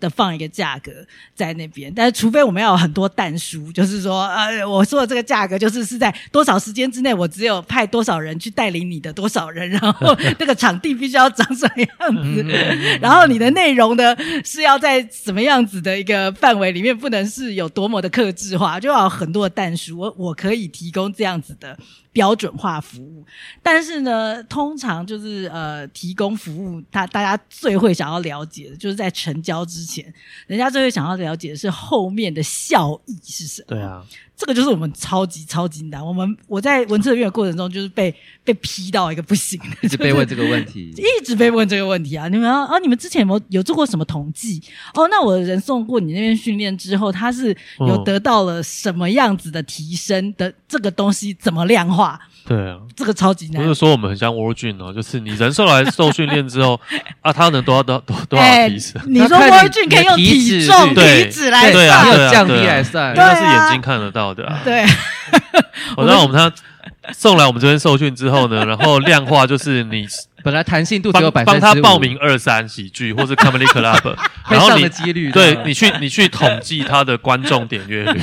Speaker 1: 的放一个价格在那边，但是除非我们要有很多弹书，就是说，呃，我说的这个价格就是是在多少时间之内，我只有派多少人去带领你的多少人，然后那个场地必须要长什么样子， 然后你的内容呢是要在什么样子的一个范围里面，不能是有多么的克制化，就要有很多的弹书。我我可以提供这样子的标准化服务，但是呢，通常就是呃，提供服务，他大家最会想要了解的，就是在成交之前，人家最会想要了解的是后面的效益是什么。
Speaker 2: 对啊，
Speaker 1: 这个就是我们超级超级难。我们我在文策院的过程中，就是被被批到一个不行的，
Speaker 3: 一直被问这个问 题，
Speaker 1: 一直被问这个问题啊！你们要啊，你们之前有没有有做过什么统计？哦，那我的人送过你那边训练之后，他是有
Speaker 2: 嗯
Speaker 1: 得到了什么样子的提升的？这个东西怎么量化？
Speaker 2: 对啊。
Speaker 1: 这个超级
Speaker 2: 不
Speaker 1: 难
Speaker 2: 是。说我们很像 w o r g i n 哦，就是你人受来受训练之后啊，他能多少多多多少提升？
Speaker 1: 哎你说
Speaker 3: 那看你
Speaker 1: 郭俊可以用
Speaker 3: 你的体
Speaker 1: 体
Speaker 3: 脂
Speaker 1: 重、
Speaker 2: 对
Speaker 1: 体脂来
Speaker 2: 对啊
Speaker 3: 你
Speaker 1: 算，
Speaker 3: 有降低
Speaker 2: 对啊
Speaker 3: 来算
Speaker 2: 因为，
Speaker 1: 对
Speaker 2: 那是眼睛看得到的啊。
Speaker 1: 对，
Speaker 2: 我让我们他送来我们这边受训之后呢，然后量化就是你
Speaker 3: 本来弹性度只有
Speaker 2: 帮
Speaker 3: 百分
Speaker 2: 帮
Speaker 3: 之
Speaker 2: 他报名二三喜剧或是 comedy club，然后
Speaker 3: 上
Speaker 2: 你
Speaker 3: 的几率，
Speaker 2: 对
Speaker 3: 这样
Speaker 2: 你去你去统计他的观众点阅率，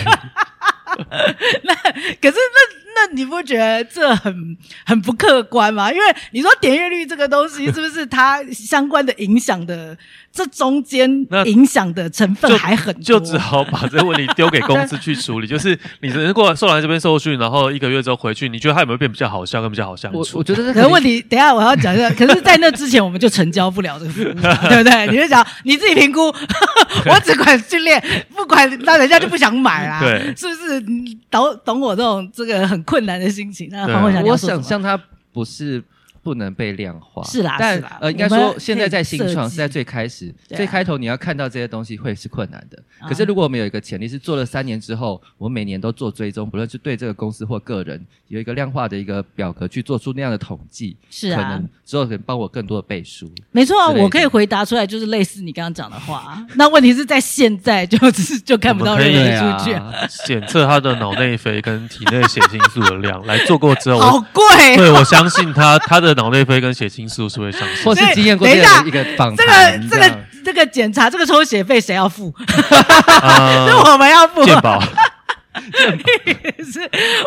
Speaker 1: 可是那那你不觉得这很很不客观吗？因为你说点阅率这个东 西，是不是它相关的影响的这中间
Speaker 2: 那
Speaker 1: 影响的成分
Speaker 2: 就
Speaker 1: 还很多？
Speaker 2: 就只好把这个问题丢给公司去处理。就是你如果送来这边受训，然后一个月之后回去，你觉得他有没有变比较好笑，跟比较好相
Speaker 3: 我
Speaker 2: 处
Speaker 3: 我？觉得这
Speaker 1: 可
Speaker 3: 能
Speaker 1: 是问题，等一下我要讲一下。 可是，在那之前，我们就成交不了这个 服务嘛，对不对？你就讲你自己评估， 我只管训练，不管那人家就不想买啦，
Speaker 2: 对
Speaker 1: 是不是？你懂懂我这种这个很困难的心情？那黄慧
Speaker 2: 对
Speaker 1: 想
Speaker 2: 啊
Speaker 1: 你要
Speaker 3: 我
Speaker 1: 说什么
Speaker 3: 想象他不是不能被量化。
Speaker 1: 是啦
Speaker 3: 但
Speaker 1: 是啦
Speaker 3: 呃，应该
Speaker 1: 我们
Speaker 3: 说
Speaker 1: 可以
Speaker 3: 现在在新
Speaker 1: 设
Speaker 3: 创
Speaker 1: 计
Speaker 3: 是在最开始、
Speaker 1: 对啊
Speaker 3: 最开头，你要看到这些东西会是困难的。可是
Speaker 1: 啊
Speaker 3: 如果我们有一个潜力是做了三年之后，我们每年都做追踪，不论是对这个公司或个人有一个量化的一个表格去做出那样的统计，
Speaker 1: 是
Speaker 3: 可
Speaker 1: 啊
Speaker 3: 能，之后可能帮我更多的背书。
Speaker 1: 没错啊，
Speaker 3: 之类的
Speaker 1: 我可以回答出来，就是类似你刚刚讲的话啊。那问题是在现在就 只是就看不到
Speaker 2: 我们可
Speaker 1: 任
Speaker 2: 以
Speaker 1: 何数据啊，
Speaker 2: 检测他的脑内啡跟体内血清素的量来做过之后，
Speaker 1: 好
Speaker 2: 我
Speaker 1: 贵哦。
Speaker 2: 对我相信他他的脑内啡跟血清素是会上
Speaker 3: 或
Speaker 2: 升。
Speaker 3: 是经验过
Speaker 1: 等
Speaker 3: 这
Speaker 1: 一
Speaker 3: 样
Speaker 1: 下
Speaker 3: 的一个访
Speaker 1: 这
Speaker 3: 谈
Speaker 1: 个这个这个检查这个抽血费谁要付？是
Speaker 2: 啊，
Speaker 1: 我们要付啊，
Speaker 2: 健保
Speaker 1: 是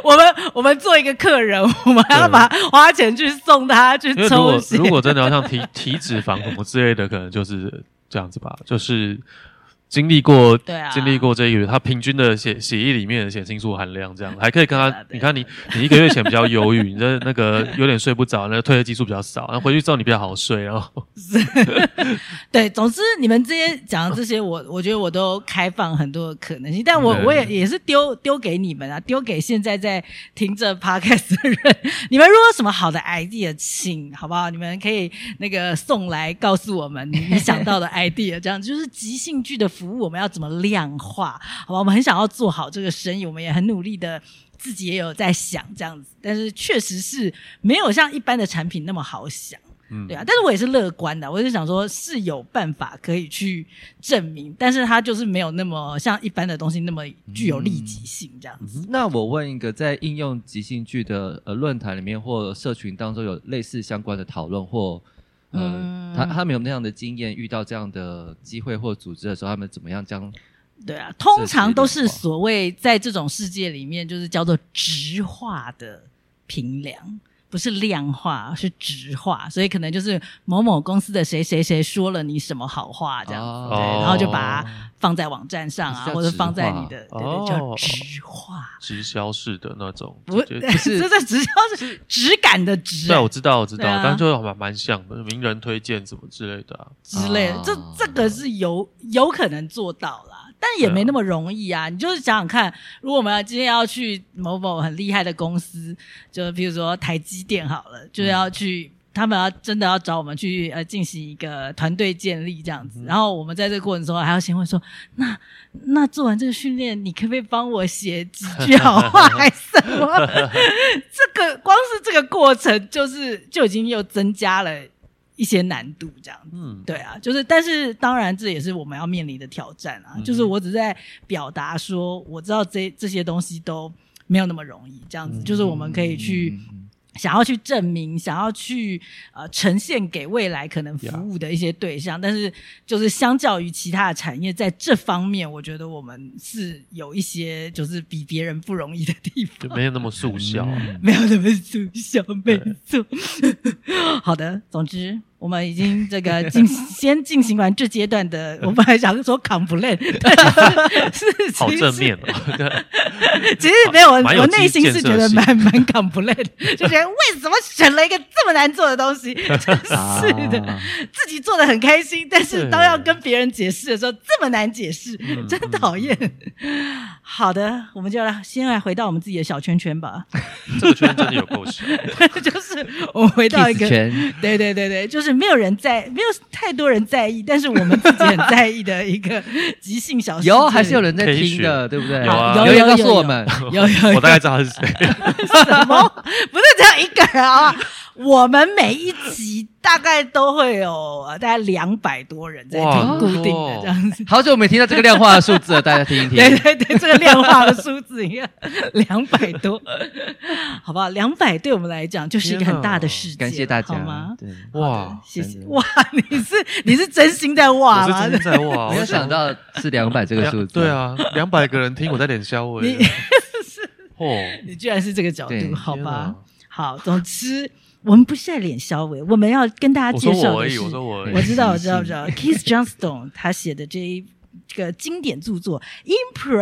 Speaker 1: 我们我们做一个客人，我们还要把花钱去送他 去
Speaker 2: 因为如
Speaker 1: 抽
Speaker 2: 果
Speaker 1: 血。
Speaker 2: 如果真的要像体体脂肪什么之类的，可能就是这样子吧，就是经历过。
Speaker 1: 对啊，
Speaker 2: 经历过这一个月，他平均的血血液里面的血清素含量这样，还可以跟
Speaker 1: 对
Speaker 2: 他
Speaker 1: 啊，对啊
Speaker 2: 你看你你一个月前比较忧郁，你的那个有点睡不着，那个褪黑激素比较少，然后回去之后你比较好睡，然后
Speaker 1: 对，总之你们这些讲的这些，我我觉得我都开放很多的可能性，但我
Speaker 2: 对
Speaker 1: 我也也是丢丢给你们啊，丢给现在在听这 podcast 的人，你们如果有什么好的 idea，请好不好？你们可以那个送来告诉我们你你想到的 idea，这样就是即兴剧的服务，我们要怎么量化？好吧，我们很想要做好这个生意，我们也很努力的，自己也有在想这样子，但是确实是没有像一般的产品那么好想。
Speaker 2: 嗯
Speaker 1: 对啊，但是我也是乐观的，我就想说是有办法可以去证明，但是它就是没有那么像一般的东西那么具有立即性这样子。
Speaker 3: 那我问一个，在应用即兴剧的呃论坛里面或社群当中，有类似相关的讨论或呃
Speaker 1: 嗯，
Speaker 3: 他他们有那样的经验，遇到这样的机会或组织的时候，他们怎么样将
Speaker 1: 对啊，通常都
Speaker 3: 这
Speaker 1: 是
Speaker 3: 些的话
Speaker 1: 所谓在这种世界里面，就是叫做直化的评量，不是量化，是直化，所以可能就是某某公司的谁谁谁说了你什么好话这样子，
Speaker 3: 哦
Speaker 1: 对，然后就把它放在网站上啊，
Speaker 3: 这叫
Speaker 1: 或者放在你
Speaker 3: 直化
Speaker 1: 的对
Speaker 2: 哦
Speaker 1: 对叫直化，
Speaker 2: 直销式的那种，
Speaker 1: 不
Speaker 2: 就
Speaker 1: 这
Speaker 3: 是
Speaker 1: 这直销是质感的直、
Speaker 2: 对，我知道，我知道，
Speaker 1: 对啊
Speaker 2: 但就蛮蛮像的，名人推荐什么之类的啊。
Speaker 1: 之类的，这
Speaker 3: 啊
Speaker 1: 这个是有有可能做到啦，但也没那么容易啊。你就是想想看，如果我们要今天要去某某很厉害的公司，就比如说台积电好了，就是要去。他们要真的要找我们去呃进行一个团队建立这样子，然后我们在这个过程中还要先问说，那那做完这个训练，你可不可以帮我写几句好话还是什么？ 这个光是这个过程就是就已经又增加了一些难度这样子。
Speaker 2: 嗯，
Speaker 1: 对啊，就是，但是当然，这也是我们要面临的挑战啊。
Speaker 2: 嗯
Speaker 1: 就是我只是在表达说，我知道这这些东西都没有那么容易，这样子，就是我们可以去、
Speaker 3: 嗯
Speaker 1: 想要去证明，想要去呃呈现给未来可能服务的一些对象但是就是相较于其他的产业，在这方面，我觉得我们是有一些就是比别人不容易的地方。
Speaker 2: 就没有那么速效啊。
Speaker 3: 嗯
Speaker 1: 没有那么速效，没错。 好的，总之我们已经这个 进先进行完这阶段 的，我们还想说 complain，但是是
Speaker 2: 好
Speaker 1: 其实
Speaker 2: 正面哦， 对
Speaker 1: 其实没有，我
Speaker 2: 蛮有
Speaker 1: 我内心
Speaker 2: 建
Speaker 1: 是
Speaker 2: 设
Speaker 1: 觉得
Speaker 2: 性
Speaker 1: 蛮蛮 complain，就 觉得为什么选了一个这么难做的东西，真 是的。
Speaker 3: 啊
Speaker 1: 自己做的很开心，但是
Speaker 2: 对
Speaker 1: 当要跟别人解释的时候，这么难解释，
Speaker 2: 嗯
Speaker 1: 真讨厌。好的，我们就来先来回到我们自己的小圈圈吧，
Speaker 2: 这个圈真的有够小。
Speaker 1: 就是我们回到一
Speaker 3: Kiss
Speaker 1: 个
Speaker 3: 圈
Speaker 1: 对对对对，就是没有人在，没有太多人在意，但是我们自己很在意的一个即兴小世界
Speaker 3: 有还是有人在
Speaker 2: 可以
Speaker 3: 听的，
Speaker 2: 选
Speaker 3: 对不对？
Speaker 2: 有啊有
Speaker 3: 留言
Speaker 1: 哦有
Speaker 3: 告
Speaker 1: 有
Speaker 3: 诉我
Speaker 1: 有
Speaker 3: 们，
Speaker 1: 有有
Speaker 2: 我大概知道他是谁。
Speaker 1: 什么？不是只有一个人啊！我们每一集大概都会有呃大概两百多人在
Speaker 2: 哇
Speaker 1: 听，固定
Speaker 2: 哦
Speaker 1: 的这样子。
Speaker 3: 好久没听到这个量化的数字了，大家 听一听。
Speaker 1: 对对对，这个量化的数字，你看 两百多，好不好？两百对我们来讲就是一个
Speaker 2: 天哪
Speaker 1: 很大的世界了，
Speaker 3: 啊感谢大
Speaker 1: 好
Speaker 3: 家
Speaker 1: 吗。？
Speaker 3: 对，
Speaker 2: 哇，
Speaker 1: 谢谢
Speaker 3: 真的
Speaker 1: 哇！你是你是真心在哇
Speaker 2: 我是
Speaker 1: 吗？
Speaker 2: 真的在 哇，
Speaker 3: 没有想到是两百这
Speaker 2: 这
Speaker 3: 个数字，
Speaker 2: 对，啊，两百个人听我在脸消我
Speaker 1: 你
Speaker 2: 耶。 哦，
Speaker 1: 你居然是这个角
Speaker 3: 对
Speaker 1: 度，好
Speaker 2: 天
Speaker 1: 吧
Speaker 2: 哪？？
Speaker 1: 好，总之我们不是在脸消委，我们要跟大家
Speaker 2: 我
Speaker 1: 介
Speaker 2: 说
Speaker 1: 绍
Speaker 2: 我而
Speaker 1: 的
Speaker 2: 已，
Speaker 1: 是，
Speaker 2: 我说我而
Speaker 1: 我
Speaker 2: 已。
Speaker 1: 知道，我知道，我知道，Keith Johnstone 他写的这一这个经典著作《Impro》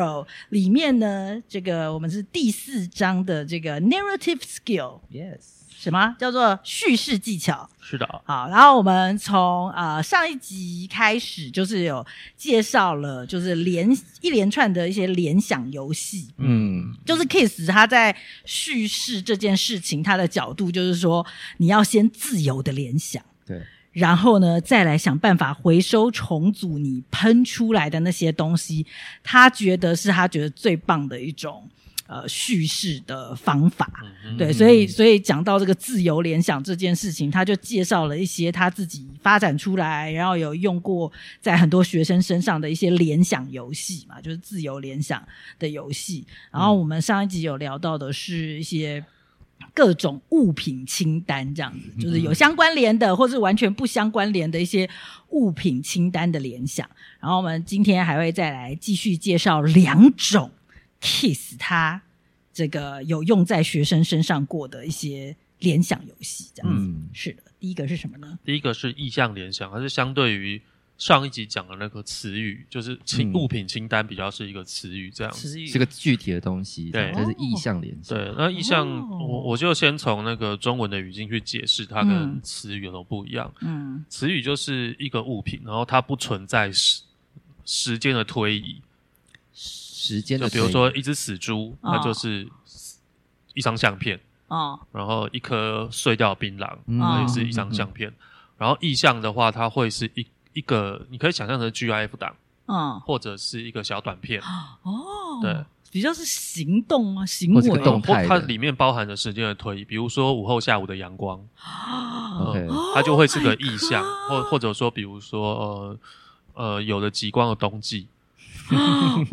Speaker 1: 里面呢，这个我们是第四章的这个 narrative skill，
Speaker 3: Yes，
Speaker 1: 什么叫做叙事技巧？
Speaker 2: 是的，啊
Speaker 1: 好，然后我们从呃上一集开始，就是有介绍了，就是联一连串的一些联想游戏，
Speaker 3: 嗯，
Speaker 1: 就是 Kiss 他在叙事这件事情，他的角度就是说，你要先自由的联想，
Speaker 3: 对，
Speaker 1: 然后呢再来想办法回收重组你喷出来的那些东西，他觉得是他觉得最棒的一种呃叙事的方法。
Speaker 2: 嗯
Speaker 1: 对，所以所以讲到这个自由联想这件事情，他就介绍了一些他自己发展出来，然后有用过在很多学生身上的一些联想游戏嘛，就是自由联想的游戏。
Speaker 3: 嗯
Speaker 1: 然后我们上一集有聊到的是一些。各种物品清单这样子，就是
Speaker 3: 嗯
Speaker 1: 有相关联的，或是完全不相关联的一些物品清单的联想。然后我们今天还会再来继续介绍两种 kiss 它这个有用在学生身上过的一些联想游戏，这样子。
Speaker 3: 嗯
Speaker 1: 是的，第一个是什么呢？
Speaker 2: 第一个是意向联想，它是相对于上一集讲的那个词语，就是
Speaker 3: 嗯
Speaker 2: 清物品清单比较是一个词语这样子。
Speaker 1: 词语
Speaker 3: 是个具体的东西，
Speaker 2: 对
Speaker 3: 这是意象联想，
Speaker 2: 对，那意向
Speaker 1: 哦
Speaker 2: 我我就先从那个中文的语境去解释它跟
Speaker 1: 嗯
Speaker 2: 词语有什么不一样。
Speaker 1: 嗯
Speaker 2: 词语就是一个物品，然后它不存在时时间的推移，
Speaker 3: 时间
Speaker 2: 就
Speaker 3: 的
Speaker 2: 比
Speaker 3: 推移，
Speaker 2: 如说一只死猪，
Speaker 1: 哦
Speaker 2: 它就是一张相片，
Speaker 1: 哦
Speaker 2: 然后一颗碎掉的槟榔，
Speaker 3: 嗯，
Speaker 1: 哦
Speaker 2: 它也是一张相片。然后意象的话，它会是一一个，你可以想象成 GIF 档
Speaker 1: 哦
Speaker 2: 或者是一个小短片，
Speaker 1: 哦，
Speaker 2: 对，
Speaker 1: 比较是行动啊，行
Speaker 3: 或是个
Speaker 1: 为
Speaker 3: 动
Speaker 2: 或
Speaker 3: 态的
Speaker 2: 它里面包含着时间的推移，比如说午后下午的阳光，
Speaker 1: 啊，
Speaker 3: OK
Speaker 2: 呃它就会
Speaker 1: 哦
Speaker 2: 是个意象
Speaker 1: Oh，my
Speaker 2: 或
Speaker 1: God
Speaker 2: 或者说，比如说呃呃，有的极光的冬季， 对
Speaker 1: 哦，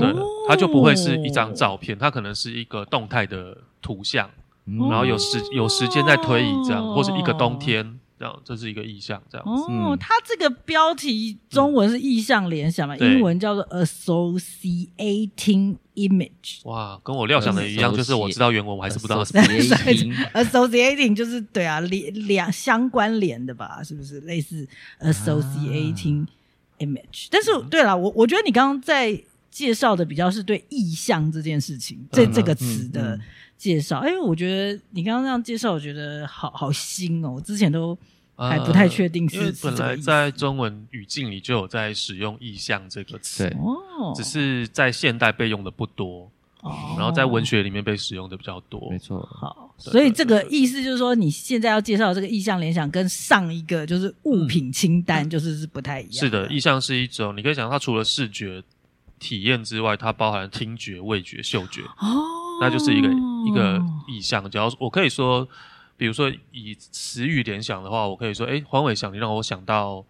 Speaker 2: 它就不会是一张照片，它可能是一个动态的图像，
Speaker 3: 嗯，
Speaker 2: 然后有时有时间在推移这样，
Speaker 1: 哦
Speaker 2: 或是一个冬天这样，这是一个意象这样子。
Speaker 1: 哦
Speaker 3: 嗯，
Speaker 1: 它这个标题中文是意象联想嘛，
Speaker 2: 对
Speaker 1: 英文叫做 associating image。
Speaker 2: 哇，跟我料想的一样，
Speaker 3: 嗯
Speaker 2: 就是我知道原文，我还是 不知 道是什么。
Speaker 3: 谐音
Speaker 1: associating 就是对啊，联两相关联的吧，是不是类似 associating
Speaker 2: 啊
Speaker 1: image？、但是
Speaker 2: 嗯
Speaker 1: 对了，我我觉得你刚刚在介绍的比较是对意象这件事情，这、
Speaker 2: 嗯
Speaker 1: 这个
Speaker 3: 嗯
Speaker 1: 词的
Speaker 3: 嗯
Speaker 1: 介绍。哎、我觉得你刚刚那样介绍，我觉得好好新哦，我之前都
Speaker 2: 呃
Speaker 1: 还不太确定是
Speaker 2: 因为
Speaker 1: 是
Speaker 2: 本
Speaker 1: 这个
Speaker 2: 来
Speaker 1: 意思
Speaker 2: 在中文语境里就有在使用意象这个词
Speaker 3: 对，
Speaker 1: 哦，
Speaker 2: 只是在现代被用的不多，
Speaker 1: 哦
Speaker 2: 然后在文学里面被使用的比较多
Speaker 3: 没。错，
Speaker 1: 好，
Speaker 2: 对
Speaker 1: 所以
Speaker 2: 对
Speaker 1: 这
Speaker 2: 对
Speaker 1: 个意思就是说，你现在要介绍的这个意象联想跟上一个就是物品清单就是是不太一样。
Speaker 2: 嗯是的，意象是一种，你可以想象它除了视觉体验之外，它包含听觉、味觉、嗅觉，
Speaker 1: 哦，
Speaker 2: 那就是一个、一个意象。只要我可以说，比如说以词语联想的话，我可以说，哎，黄伟翔，你让我想到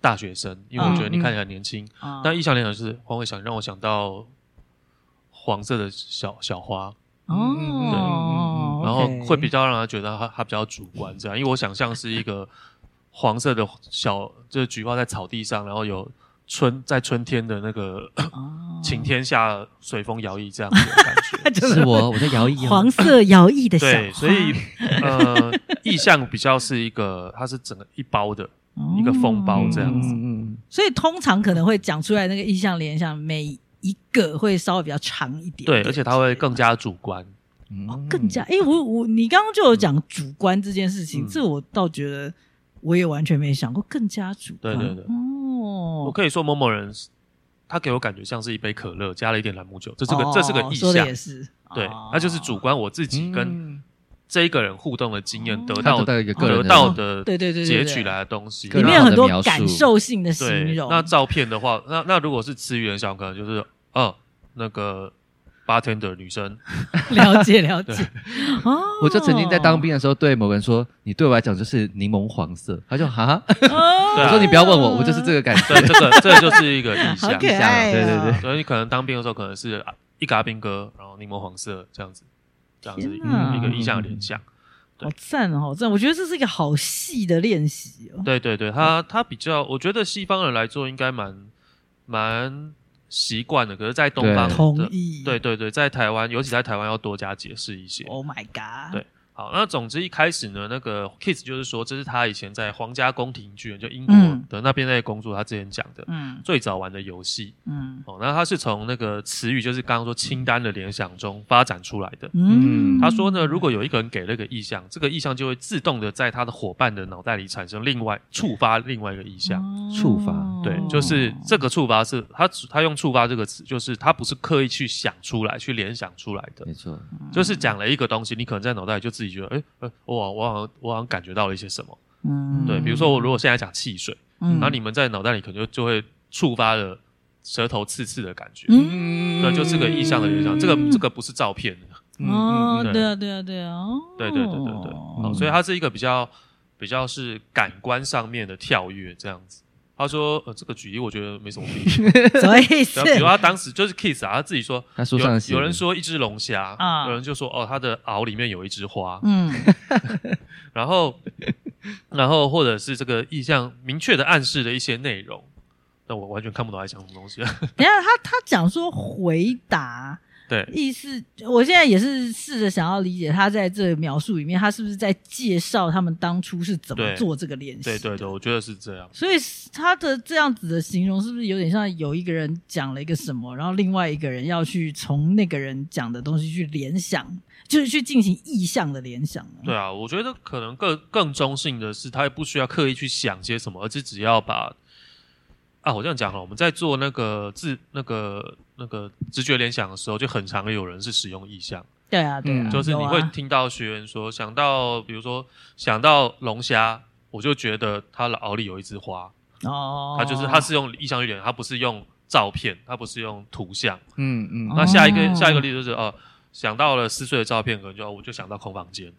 Speaker 2: 大学生，因为我觉得你看起来很年轻。
Speaker 1: 啊
Speaker 2: 那意象联想是黄伟翔，让我想到黄色的小小花，嗯
Speaker 1: 哦，
Speaker 2: 然后会比
Speaker 1: 较
Speaker 2: 较让他觉得他他比较主观这样，因为我想象是一个黄色的小，就是菊花在草地上，然后有春在春天的那个
Speaker 1: 哦
Speaker 2: 晴天下随风摇曳这样子的感觉。
Speaker 3: 是我我在摇一摇，
Speaker 1: 黄色摇曳的小
Speaker 2: 对，
Speaker 1: 花
Speaker 2: 所以呃，意象比较是一个，它是整个一包的，一个风暴这样子
Speaker 1: 哦
Speaker 3: 嗯嗯
Speaker 1: 所以通常可能会讲出来那个意象联想，每一个会稍微比较长一点
Speaker 2: 对，
Speaker 1: 点
Speaker 2: 而且它会更加主观。
Speaker 3: 嗯
Speaker 1: 哦
Speaker 3: 嗯
Speaker 1: 更加，哎、我我你刚刚就有讲主观这件事情，
Speaker 2: 嗯
Speaker 1: 这我倒觉得我也完全没想过，更加主观。
Speaker 2: 对对对我
Speaker 1: 哦，
Speaker 2: 可以说某某人，他给我感觉像是一杯可乐加了一点朗姆酒，这是个这是个
Speaker 1: 哦
Speaker 2: 意
Speaker 1: 说的
Speaker 2: 象
Speaker 1: 也，是，
Speaker 2: 对
Speaker 1: 哦，
Speaker 2: 它就是主观我自己跟
Speaker 3: 嗯
Speaker 2: 这一个人互动的经验，得
Speaker 3: 他
Speaker 2: 到
Speaker 3: 得到一个个人
Speaker 2: 得
Speaker 3: 的
Speaker 2: 到的
Speaker 1: 哦对对对对
Speaker 2: 截
Speaker 1: 对
Speaker 2: 取来的东西，
Speaker 3: 个
Speaker 1: 里
Speaker 3: 人
Speaker 1: 面有
Speaker 2: 那
Speaker 1: 很多
Speaker 3: 描述
Speaker 1: 感受性的形
Speaker 2: 对
Speaker 1: 容。
Speaker 2: 那照片的话，那那如果是词语联想，可能就是哦那个 bartender 女生，
Speaker 1: 了解了解，哦，
Speaker 3: 我就曾经在当兵的时候对某个人说：“你对我来讲就是柠檬黄 色。”他就哈，
Speaker 1: 哦，
Speaker 2: 对
Speaker 3: 我
Speaker 2: 啊
Speaker 3: 说你不要问 我，我就是这个感觉。
Speaker 2: 对，这个这就是一个意
Speaker 1: 好
Speaker 2: 象
Speaker 1: 可。爱、哦，
Speaker 3: 对对对
Speaker 2: 啊所以你可能当兵的时候，可能是一嘎冰哥，然后柠檬黄色这样子，这样子一
Speaker 1: 天哪嗯
Speaker 2: 个一个意象联想。
Speaker 1: 好赞哦，好赞！我觉得这是一个好细的练习哦。
Speaker 2: 对对对，他他比较，我觉得西方人来做应该蛮蛮习惯的，可是，在东
Speaker 3: 对
Speaker 2: 方的
Speaker 1: 同意，
Speaker 2: 对对对，在台湾，尤其在台湾要多加解释一些。
Speaker 1: 哦，Oh my God，
Speaker 2: 对好，那总之一开始呢，那个 Kiss 就是说，这是他以前在皇家宫廷剧院，就英国
Speaker 1: 嗯
Speaker 2: 的那边在工作，他之前讲的、
Speaker 1: 嗯
Speaker 2: 最早玩的游戏
Speaker 1: 嗯
Speaker 2: 哦。那他是从那个词语，就是刚刚说清单的联想中发展出来的。
Speaker 3: 嗯
Speaker 2: 他说呢，如果有一个人给了一个意向，这个意向就会自动的在他的伙伴的脑袋里产生另外触发另外一个意向。
Speaker 1: 哦
Speaker 3: 触发
Speaker 2: 对，就是这个触发是他他用触发这个词，就是他不是刻意去想出来、去联想出来
Speaker 1: 嗯
Speaker 2: 的
Speaker 3: 没，错，
Speaker 2: 就是讲了一个东西，你可能在脑袋里就自己觉得，哎、呃，我好我好像我好像感觉到了一些什么。
Speaker 1: 嗯
Speaker 2: 对，比如说我如果现在讲汽水，
Speaker 1: 嗯
Speaker 2: 然后你们在脑袋里可能就就会触发了舌头刺刺的感觉，
Speaker 1: 嗯
Speaker 3: 嗯
Speaker 2: 对，就是个意象的联想。这个嗯这个不是照片的，
Speaker 1: 哦，
Speaker 2: 嗯
Speaker 1: 对啊对啊对啊，哦
Speaker 2: 对对对对对，哦
Speaker 3: 嗯
Speaker 2: 所以它是一个比较比较是感官上面的跳跃这样子。他说：“呃，这个举例我觉得没什么必要。
Speaker 1: 什么意思
Speaker 2: 然后？啊比如他当时就是 Kiss 啊，他自己说，
Speaker 3: 他书上写
Speaker 2: 有
Speaker 3: 的
Speaker 2: 有人说一只龙虾，
Speaker 1: 啊
Speaker 2: 有人就说哦，它的螯里面有一只花，
Speaker 1: 嗯
Speaker 2: 然后然后或者是这个意向明确的暗示的一些内容，那我完全看不懂他在讲什么东西。
Speaker 1: 等一下，他他讲说回答
Speaker 2: 对，
Speaker 1: 意思，我现在也是试着想要理解他在这描述里面，他是不是在介绍他们当初是怎么
Speaker 2: 对
Speaker 1: 做这个练习？
Speaker 2: 对对对，。我觉得是这样。
Speaker 1: 所以他的这样子的形容，是不是有点像有一个人讲了一个什么，然后另外一个人要去从那个人讲的东西去联想，就是去进行意向的联想呢？
Speaker 2: 对啊，我觉得可能更更中性的是，他也不需要刻意去想些什么，而是只要把啊，我这样讲了，我们在做那个自那个那个直觉联想的时候，就很常有人是使用意象。
Speaker 1: 对啊，对啊，
Speaker 3: 嗯
Speaker 2: 就是你会
Speaker 1: 有啊
Speaker 2: 听到学员说，想到比如说想到龙虾，我就觉得它的螯里有一枝花，
Speaker 1: 哦，
Speaker 2: 它就是它是用意象去点，它不是用照片，它不是用图像。
Speaker 3: 嗯嗯，
Speaker 1: 哦
Speaker 2: 那下一个下一个例子就是哦、呃想到了撕碎的照片，可能就哦我就想到空房间，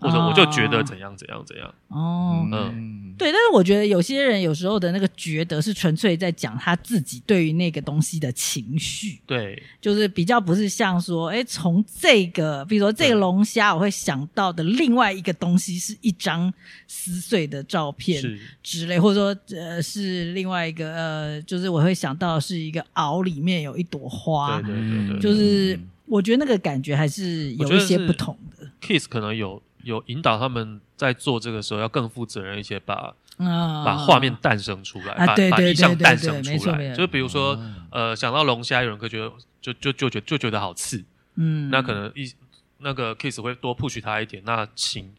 Speaker 2: 或者
Speaker 1: 哦
Speaker 2: 我就觉得怎样怎样怎样。
Speaker 1: 哦，
Speaker 3: 嗯，
Speaker 1: 对，但是我觉得有些人有时候的那个觉得是纯粹在讲他自己对于那个东西的情绪，
Speaker 2: 对
Speaker 1: 就是比较不是像说，哎，从这个，比如说这个
Speaker 2: 对
Speaker 1: 龙虾，我会想到的另外一个东西是一张撕碎的照片
Speaker 2: 是，
Speaker 1: 之类，或者说呃是另外一个呃，就是我会想到是一个螯里面有一朵花嗯
Speaker 2: 对，对对对，
Speaker 1: 就
Speaker 2: 就是
Speaker 1: 我觉得那个感觉还是
Speaker 2: 我
Speaker 1: 有
Speaker 2: 觉
Speaker 1: 一
Speaker 2: 得
Speaker 1: 些
Speaker 2: 是
Speaker 1: 不同的，
Speaker 2: Kiss 可能有有引导他们在做这个时候要更负责任一些，把
Speaker 1: 啊，
Speaker 2: 把画面诞生出来，
Speaker 1: 啊
Speaker 2: 把
Speaker 1: 对
Speaker 2: 把
Speaker 1: 对
Speaker 2: 意象
Speaker 1: 对
Speaker 2: 诞
Speaker 1: 对
Speaker 2: 生
Speaker 1: 对没
Speaker 2: 出
Speaker 1: 错没
Speaker 2: 来。
Speaker 1: 错
Speaker 2: 就比如说
Speaker 3: 哦，
Speaker 2: 呃，想到龙虾，有人会觉得就就就觉就觉得好刺，
Speaker 1: 嗯，
Speaker 2: 那可能一那个 kiss 会多 push 他一点，那请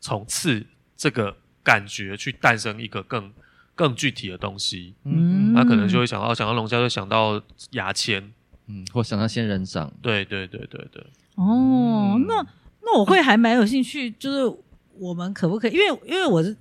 Speaker 2: 从刺这个感觉去诞生一个更更具体的东西。
Speaker 1: 嗯，
Speaker 2: 那可能就会想到，哦想到龙虾就想到牙签，
Speaker 3: 嗯，或想到仙人掌，
Speaker 2: 对对对对对，
Speaker 1: 哦
Speaker 3: 嗯，
Speaker 1: 那那我会还蛮有兴趣，就是我们可不可以？因为因为我是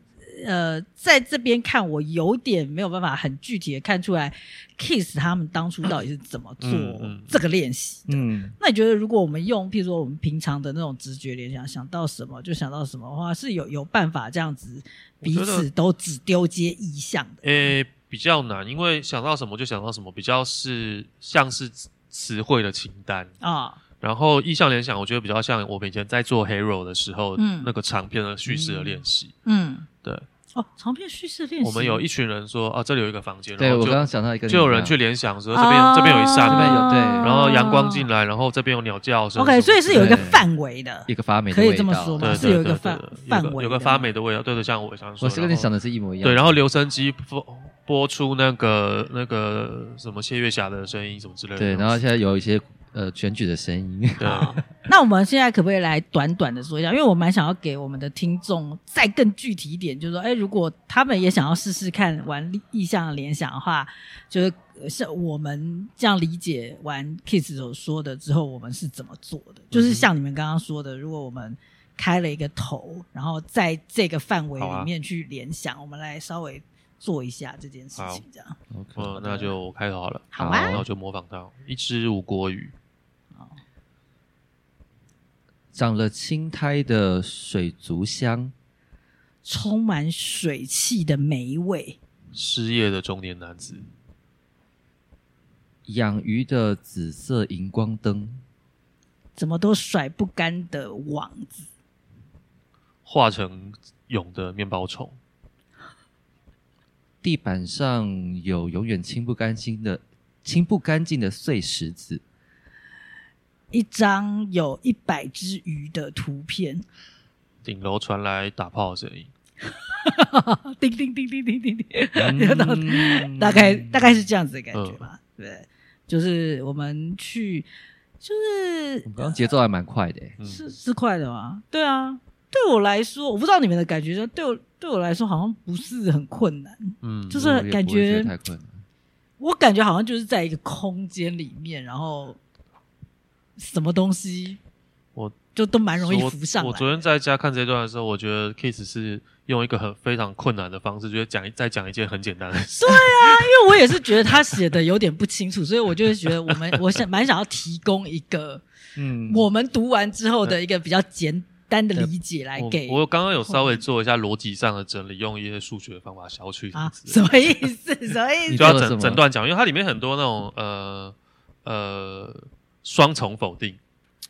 Speaker 1: 呃在这边看，我有点没有办法很具体的看出来 Kiss 他们当初到底是怎么做
Speaker 2: 嗯嗯
Speaker 1: 这个练习。
Speaker 3: 嗯，
Speaker 1: 那你觉得，如果我们用，譬如说我们平常的那种直觉联想，想到什么就想到什么的话，是有有办法这样子
Speaker 2: 我
Speaker 1: 彼
Speaker 2: 觉得
Speaker 1: 此都只丢接意向的？
Speaker 2: 诶、比较难，因为想到什么就想到什么，比较是像是词汇的清单。
Speaker 1: 啊，
Speaker 2: 然后意象联想，我觉得比较像我们以前在做 hero 的时候，
Speaker 1: 嗯
Speaker 2: 那个长篇的叙事的练习。
Speaker 1: 嗯，
Speaker 2: 对，
Speaker 1: 哦，长篇叙事练习，
Speaker 2: 我们有一群人说啊，这里有一个房间，然
Speaker 3: 对
Speaker 2: 后
Speaker 3: 我
Speaker 2: 就
Speaker 3: 刚刚想到一个，
Speaker 2: 就有人去，联想
Speaker 1: 哦
Speaker 2: 说这边、这边有一扇
Speaker 3: 这边
Speaker 2: 门，
Speaker 3: 有对
Speaker 2: 然后阳光进来，然后这边有鸟叫声什么的。
Speaker 1: OK，所以是有一个
Speaker 3: 对
Speaker 1: 范围的，
Speaker 3: 一个发霉，
Speaker 1: 可以这么说
Speaker 2: 对
Speaker 1: 吗
Speaker 2: 对
Speaker 1: 是有一
Speaker 2: 对
Speaker 1: 个范
Speaker 2: 对对
Speaker 1: 范
Speaker 2: 有个
Speaker 1: 围
Speaker 2: 有个
Speaker 1: 的
Speaker 2: 发
Speaker 1: 吗
Speaker 2: 霉的味道，对对，像我想说，
Speaker 3: 我是跟你想的是一模一
Speaker 2: 然后
Speaker 3: 样，
Speaker 2: 对，然后留声机播播出那个那个什么谢月霞的声音什么之类的，
Speaker 3: 对，然 后现在有一些呃
Speaker 1: 嗯
Speaker 3: 选举的声音，
Speaker 2: 对
Speaker 1: 那我们现在可不可以来短短的说一下？因为我蛮想要给我们的听众再更具体一点，就是说，哎，如果他们也想要试试看玩意象联想的话，就是呃是我们这样理解完 Kiss 所说的之后，我们是怎么做的？就是像你们刚刚说的，如果我们开了一个头，然后在这个范围
Speaker 2: 好啊
Speaker 1: 里面去联想，我们来稍微做一下这件事
Speaker 2: 好
Speaker 1: 情，这样
Speaker 2: 嗯，那就我开头好了，
Speaker 1: 好啊
Speaker 2: 那我就模仿到一只无国语，
Speaker 3: 长了青苔的水族箱，
Speaker 1: 充满水汽的美味，
Speaker 2: 失业的中年男子，
Speaker 3: 养鱼的紫色荧光灯，
Speaker 1: 怎么都甩不干的网子。
Speaker 2: 化成蛹的面包虫，
Speaker 3: 地板上有永远清不干净的清不干净的碎石 子，
Speaker 1: 一张有一百只鱼的图片，
Speaker 2: 顶楼传来打炮的声音。
Speaker 1: 叮叮叮叮叮叮叮，
Speaker 3: 嗯
Speaker 1: 大概大概是这样子的感觉
Speaker 2: 嗯
Speaker 1: 吧。对，就是我们去，就是
Speaker 3: 我们刚刚节奏还蛮快的欸，
Speaker 2: 嗯
Speaker 1: 是是快的吗？对啊，对我来说，我不知道你们的感觉，就对我对我来说好像不是很困难。
Speaker 2: 嗯，
Speaker 1: 就是
Speaker 3: 我也不会
Speaker 1: 感
Speaker 3: 觉
Speaker 1: 觉
Speaker 3: 得太困难。
Speaker 1: 我感觉好像就是在一个空间里面，然后什么东西
Speaker 2: 我
Speaker 1: 就都蛮容易
Speaker 2: 我
Speaker 1: 浮上
Speaker 2: 我
Speaker 1: 来。
Speaker 2: 昨天在家看这段的时候，我觉得 Kiss 是用一个很非常困难的方式，就是讲一再讲一件很简单的事。
Speaker 1: 因为我也是觉得他写的有点不清楚，所以我就会觉得我们我想蛮想要提供一个
Speaker 3: 嗯，
Speaker 1: 我们读完之后的一个比较简单的理解来
Speaker 2: 我
Speaker 1: 给
Speaker 2: 我刚刚有稍微做一下逻辑上的整理，用一些数学方法消去
Speaker 1: 啊，
Speaker 2: 之类的
Speaker 1: 什么意思？什么意
Speaker 3: 你
Speaker 1: 思？
Speaker 2: 就要
Speaker 3: 做了什
Speaker 2: 整
Speaker 3: 么
Speaker 2: 整段讲，因为它里面很多那种呃呃双重否定，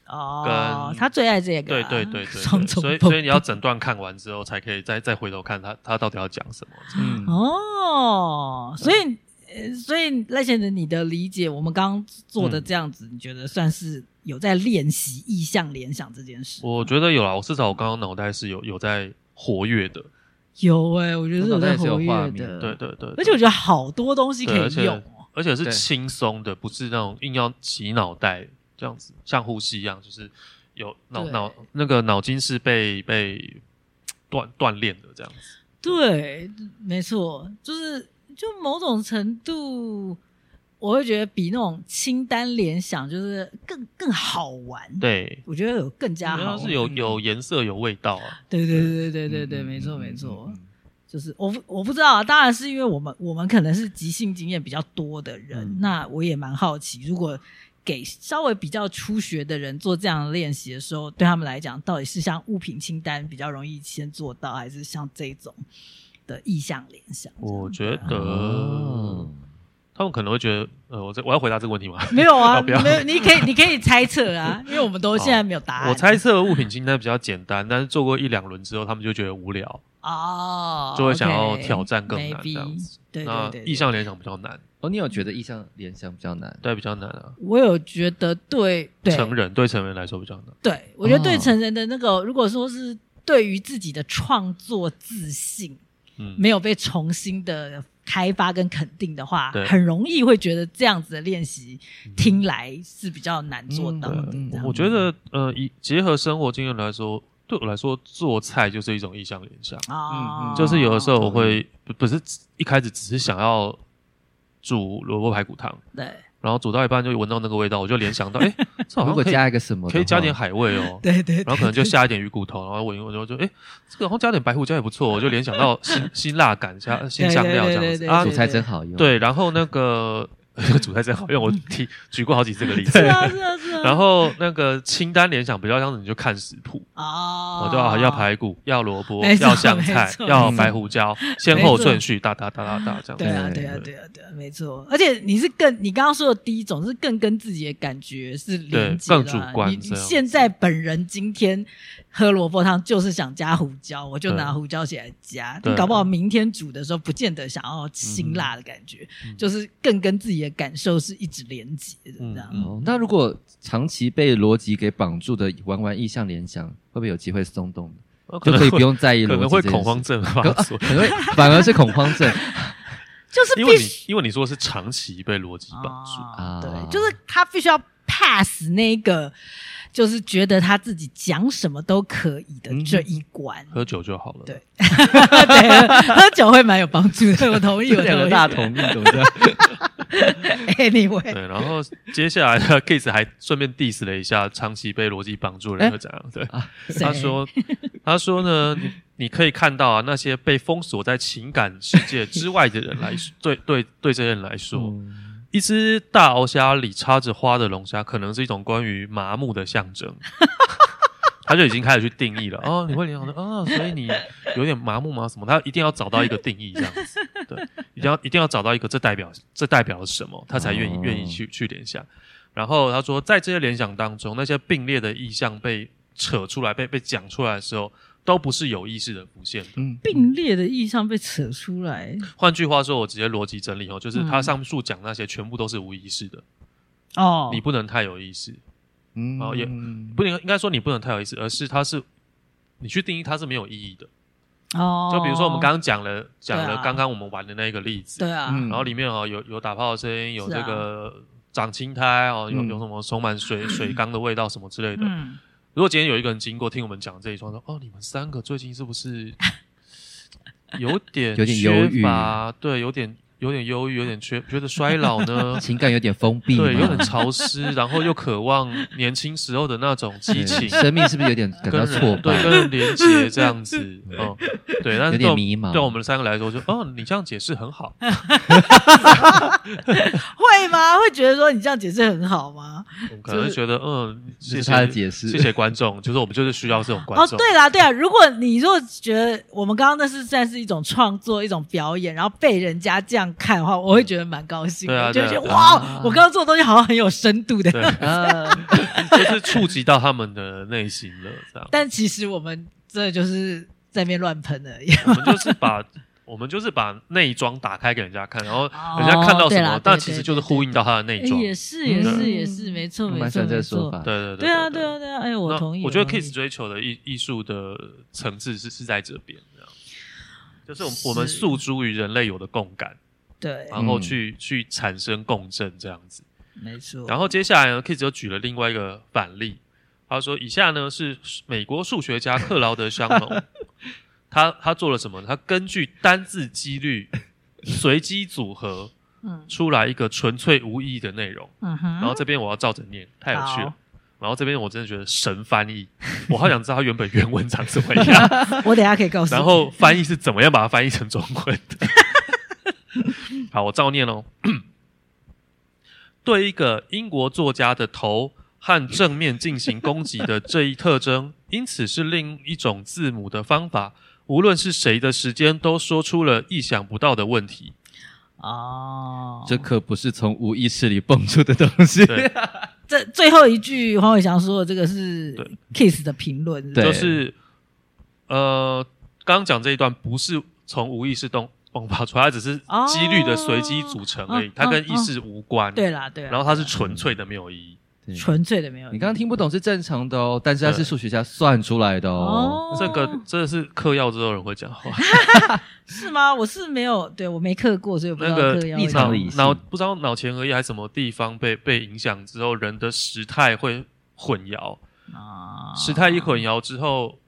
Speaker 1: 哦，
Speaker 2: 跟
Speaker 1: 他最爱这个
Speaker 2: 对
Speaker 1: 啊、
Speaker 2: 对对对对
Speaker 1: 双重
Speaker 2: 所以
Speaker 1: 否
Speaker 2: 所以你要
Speaker 1: 定
Speaker 2: 整段看完之后，才可以再再回头看他他到底要讲什么。
Speaker 3: 嗯
Speaker 1: 哦，所以。呃所以赖先生，你的理解，我们刚刚做的
Speaker 2: 嗯
Speaker 1: 这样子，你觉得算是有在练习意象联想这件事？
Speaker 2: 我觉得有啦，我至少我刚刚脑袋是有有在活跃的，
Speaker 1: 有哎、我觉得是
Speaker 3: 我脑袋
Speaker 1: 在
Speaker 3: 也是有
Speaker 1: 活
Speaker 3: 画
Speaker 1: 跃
Speaker 3: 面
Speaker 1: 的，
Speaker 2: 对对对，
Speaker 1: 嗯而且我觉得好多东西可
Speaker 2: 对而且
Speaker 1: 以用哦，
Speaker 2: 而且是
Speaker 3: 对
Speaker 2: 轻松的，不是那种硬要洗脑袋这样子，像呼吸一样，就是有脑
Speaker 1: 对
Speaker 2: 脑那个脑筋是被被锻锻炼的这样子。
Speaker 1: 对，没错，就是就某种程度，我会觉得比那种清单联想就是更更好玩。，
Speaker 2: 对，
Speaker 1: 我觉得有更加啊好嗯
Speaker 2: 它
Speaker 1: 玩。
Speaker 2: 是有有颜色有味道啊。
Speaker 1: 对对对对对对，
Speaker 3: 嗯
Speaker 1: 没错
Speaker 3: 嗯
Speaker 1: 没错，
Speaker 3: 嗯
Speaker 1: 就是我不我不知道啊，当然是因为我们我们可能是即兴经验比较多的人，
Speaker 3: 嗯
Speaker 1: 那我也蛮好奇，如果给稍微比较初学的人做这样的练习的时候，对他们来讲，到底是像物品清单比较容易先做到，还是像这种的意向联想这样？
Speaker 2: 我觉
Speaker 3: 嗯
Speaker 2: 得
Speaker 3: 哦
Speaker 2: 他们可能会觉得，呃，我这我要回答这个 问题吗？
Speaker 1: 没有啊，
Speaker 2: 哦不要
Speaker 1: 没有，你可以你可以猜测啊，因为我们都现在没有答案。
Speaker 2: 哦我猜测物品清单比较简单，但是做过一两轮之后，他们就觉得无聊，
Speaker 1: 哦，
Speaker 2: 就会想要
Speaker 1: OK，
Speaker 2: 挑战更难
Speaker 1: maybe，
Speaker 2: 这样子。
Speaker 1: 对对
Speaker 2: 那
Speaker 1: 对，对
Speaker 2: 意向联想比较难，
Speaker 3: 哦，你有觉得意象联想比较难？
Speaker 2: 对，比较难啊。
Speaker 1: 我有觉得对对
Speaker 2: 成人对成人来说比较难。
Speaker 1: 对，我觉得
Speaker 2: 嗯
Speaker 1: 对
Speaker 3: 哦
Speaker 1: 成人的那个，如果说是对于自己的创作自信
Speaker 2: 嗯，
Speaker 1: 没有被重新的开发跟肯定的话，
Speaker 2: 对
Speaker 1: 很容易会觉得这样子的练习听来是比较难做到的。
Speaker 3: 嗯
Speaker 1: 这样
Speaker 2: 我觉得，呃，以结合生活经验来说，对我来说，做菜就是一种意向联想，
Speaker 1: 啊，
Speaker 3: 嗯
Speaker 2: 就是有的时候我会不不是一开始只是想要煮萝卜排骨汤，
Speaker 1: 对
Speaker 2: 然后煮到一半就闻到那个味道，我就联想到，哎，这
Speaker 3: 如
Speaker 2: 好像
Speaker 3: 果
Speaker 2: 可以
Speaker 3: 加一个什么的话，
Speaker 2: 可以加点海味哦。
Speaker 1: 对对
Speaker 2: 然后可能就下一点鱼骨头，然后闻一闻，然后就哎，这个好像加点白胡椒也不错，我就联想到 辛辛辣感、加辛香料
Speaker 1: 对对
Speaker 2: 这样
Speaker 1: 对
Speaker 2: 子
Speaker 1: 对
Speaker 2: 啊
Speaker 3: 煮。菜
Speaker 1: 对
Speaker 3: 真好用。，
Speaker 2: 对，然后那个 煮菜真好用，我提举过好几次这个例子。
Speaker 1: 是啊是啊 是啊。
Speaker 2: 然后那个清单联想比较像是你就看食谱，
Speaker 1: 哦，
Speaker 2: 我就啊要排骨，要萝卜，
Speaker 1: 没错
Speaker 2: 要香菜
Speaker 1: 没错，
Speaker 2: 要
Speaker 3: 没错
Speaker 2: 白胡 椒，先后顺序，哒哒哒哒哒这样子。
Speaker 1: 对啊，
Speaker 3: 对
Speaker 2: 嗯
Speaker 1: 对啊，对啊，对啊，没错。而且你是更，你刚刚说的第一种是更跟自己的感觉是连接的啊
Speaker 2: 对更主观
Speaker 1: 你
Speaker 2: 这样
Speaker 1: 你
Speaker 2: 子
Speaker 1: 现在本人今天喝萝卜汤就是想加胡椒，我就
Speaker 2: 对
Speaker 1: 拿胡椒起来加。
Speaker 2: 对嗯
Speaker 1: 你搞不好明天煮的时候，不见得想要辛辣的感觉，就是更跟自己的感受是一直连接的
Speaker 2: 嗯
Speaker 1: 这样。
Speaker 3: 哦，那如果长期被逻辑给绑住的，玩玩意象联想，会不会有机会松动？
Speaker 1: 啊
Speaker 2: 呃 可
Speaker 3: 就
Speaker 2: 能
Speaker 3: 可以
Speaker 2: 会
Speaker 3: 不用在意
Speaker 2: 可
Speaker 3: 逻
Speaker 2: 能
Speaker 3: 辑
Speaker 2: 会
Speaker 3: 这件
Speaker 2: 恐
Speaker 3: 事
Speaker 2: 慌症发作，
Speaker 3: 可能呃会反而是恐慌 症
Speaker 1: 就是
Speaker 2: 因为
Speaker 1: 必
Speaker 2: 你
Speaker 1: 须
Speaker 2: 因为你说是长期被逻辑绑
Speaker 1: 啊
Speaker 2: 住，
Speaker 3: 啊
Speaker 1: 对，就是他必须要 pass 那个，就是觉得他自己讲什么都可以
Speaker 2: 嗯
Speaker 1: 的这一关。
Speaker 2: 喝酒就好了。
Speaker 1: 对对，喝酒会蛮有帮助的，我同意，我
Speaker 3: 两
Speaker 1: 同
Speaker 3: 个
Speaker 1: 意。
Speaker 3: 大同命，懂的。
Speaker 1: Anyway，
Speaker 2: 对，然后接下来的 case 还顺便 diss 了一下长期被逻辑绑住的人会怎样？对，他
Speaker 1: 谁
Speaker 2: 说，他说呢，你你可以看到啊，那些被封锁在情感世界之外的人来，对对对，这些人来说，
Speaker 3: 嗯
Speaker 2: 一只大鳌虾里插着花的龙虾，可能是一种关于麻木的象征。他就已经开始去定义了哦，你会联想到啊、所以你有点麻木吗？什么？他一定要找到一个定义这样子，对，一定要一定要找到一个这代表这代表了什么，他才愿意
Speaker 3: 哦
Speaker 2: 愿意去去联想。然后他说，在这些联想当中，那些并列的意象被扯出来、被被讲出来的时候，都不是有意识的浮现的。
Speaker 3: 嗯，
Speaker 1: 并列的意象被扯出来
Speaker 2: 换句话说，我直接逻辑整理哦，就是他
Speaker 1: 嗯
Speaker 2: 上述讲那些全部都是无意识的，
Speaker 1: 哦
Speaker 2: 你不能太有意识，
Speaker 3: 嗯
Speaker 2: 哦也
Speaker 3: 嗯
Speaker 2: 不应应该说你不能太有意识，而是它是你去定义它是没有意义的。
Speaker 1: 哦，
Speaker 2: 就比如说我们刚刚讲了讲
Speaker 1: 对
Speaker 2: 了
Speaker 1: 啊
Speaker 2: 刚刚我们玩的那个例子，
Speaker 1: 对啊，
Speaker 3: 嗯
Speaker 2: 然后里面哦有有打炮的声音，有
Speaker 1: 是啊
Speaker 2: 这个长青苔哦，有
Speaker 3: 嗯
Speaker 2: 有什么充满水水缸的味道什么之类的。
Speaker 1: 嗯，
Speaker 2: 如果今天有一个人经过听我们讲这一串，说哦你们三个最近是 不是有点
Speaker 3: 有点忧郁？
Speaker 2: 缺乏对，有点有点忧郁，有点缺觉得衰老呢
Speaker 3: 情感有点封闭嘛，
Speaker 2: 对，有点潮湿，然后又渴望年轻时候的那种激
Speaker 3: 对
Speaker 2: 情，
Speaker 3: 生命是不是有点感
Speaker 2: 跟
Speaker 3: 到
Speaker 2: 人
Speaker 3: 挫败
Speaker 2: 对，？跟人 连接这样子，嗯，对，但
Speaker 3: 有
Speaker 2: 是
Speaker 3: 点
Speaker 2: 对我
Speaker 3: 迷茫
Speaker 2: 对我们三个来说就，哦，你这样解释很好，
Speaker 1: 会吗？会觉得说你这样解释很好吗？
Speaker 2: 我们可能觉得，嗯，
Speaker 3: 这
Speaker 2: 谢
Speaker 3: 是
Speaker 2: 谢
Speaker 3: 他的解释
Speaker 2: 谢谢观众，就是我们就是需要 这种观
Speaker 1: 哦，
Speaker 2: 众，
Speaker 1: 对啦，对啊，如果你如果觉得我们刚刚那是算是一种创作、一种表演，然后被人家这样看的话，我会觉得蛮高兴
Speaker 2: 对
Speaker 1: 的，
Speaker 2: 啊
Speaker 1: 就会
Speaker 2: 对啊
Speaker 1: 觉得
Speaker 2: 对
Speaker 1: 哇，
Speaker 3: 啊
Speaker 1: 我刚刚做的东西好像很有深度的。
Speaker 2: 对，
Speaker 3: 啊，
Speaker 2: 就是触及到他们的内心了，这样，
Speaker 1: 但其实我们这就是在那边乱喷而已。
Speaker 2: 我们就是把。我们就是把内装打开给人家看，然后
Speaker 1: 哦
Speaker 2: 人家看到什
Speaker 1: 对啦
Speaker 2: 么，
Speaker 1: 对
Speaker 2: 但
Speaker 1: 对
Speaker 2: 其
Speaker 1: 对
Speaker 2: 实就是
Speaker 1: 对对
Speaker 2: 呼应到他的内装。
Speaker 1: 哎也
Speaker 2: 对
Speaker 1: 是，也是，也是，没错，
Speaker 3: 我
Speaker 1: 没
Speaker 3: 蛮喜
Speaker 1: 错，
Speaker 3: 欢这
Speaker 1: 没
Speaker 3: 个说
Speaker 1: 错
Speaker 3: 法。。
Speaker 2: 对对
Speaker 1: 对啊，对啊，对啊！哎，我
Speaker 2: 那
Speaker 1: 同意。
Speaker 2: 我觉得
Speaker 1: 同意
Speaker 2: Kiss 追求的艺艺术的层次是是在这边，这样，就是我们
Speaker 1: 是
Speaker 2: 我们诉诸于人类有的共感，
Speaker 1: 对，
Speaker 2: 然后去、去产生共振这样子。
Speaker 1: 没错。
Speaker 2: 然后接下来呢，Kiss 又举了另外一个反例，他说以下呢是美国数学家克劳德香农，他他做了什么呢？他根据单字几率随机组合
Speaker 1: 嗯
Speaker 2: 出来一个纯粹无意义的内容。
Speaker 1: 嗯哼，
Speaker 2: 然后这边我要照着念，太有趣
Speaker 1: 好
Speaker 2: 了。然后这边我真的觉得神翻译，我好想知道他原本原文长什么样，
Speaker 1: 我等一下可以 告诉你。
Speaker 2: 然后翻译是怎么样把它翻译成中文的。好，我照念哦。 对一个英国作家的头和正面进行攻击的这一特征，因此是另一种字母的方法。无论是谁的时间，都说出了意想不到的问题。
Speaker 1: 哦，
Speaker 3: 这可不是从无意识里蹦出的东西。
Speaker 2: 对
Speaker 1: 这最后一句黄伟翔说的这个是
Speaker 2: 对
Speaker 1: Kiss 的评论，是不是
Speaker 3: 对
Speaker 2: 就是呃，刚刚讲这一段不是从无意识动迸发出来，它只是
Speaker 1: 哦
Speaker 2: 几率的随机组成而已，
Speaker 1: 嗯
Speaker 2: 它跟
Speaker 1: 嗯
Speaker 2: 意识无关。
Speaker 1: 对啦对啦，啊
Speaker 2: 然后它是纯粹的没有意义，
Speaker 3: 对
Speaker 1: 纯粹的没有。
Speaker 3: 嗯你刚刚听不懂是正常的哦，但是它是
Speaker 2: 对
Speaker 3: 数学家算出来的哦。
Speaker 1: 哦，
Speaker 2: 这个这是嗑药之后人会讲话，
Speaker 1: 是吗？我是没有，对我没刻过，所以我不知
Speaker 2: 那
Speaker 1: 道
Speaker 2: 个
Speaker 1: 嗑药
Speaker 3: 异
Speaker 1: 会
Speaker 3: 常
Speaker 1: 怎
Speaker 2: 脑
Speaker 1: 么
Speaker 3: 理性
Speaker 2: 脑不知道脑前额叶还是什么地方被被影响之后，人的时态会混淆，
Speaker 1: 样啊
Speaker 2: 时态一混淆之后，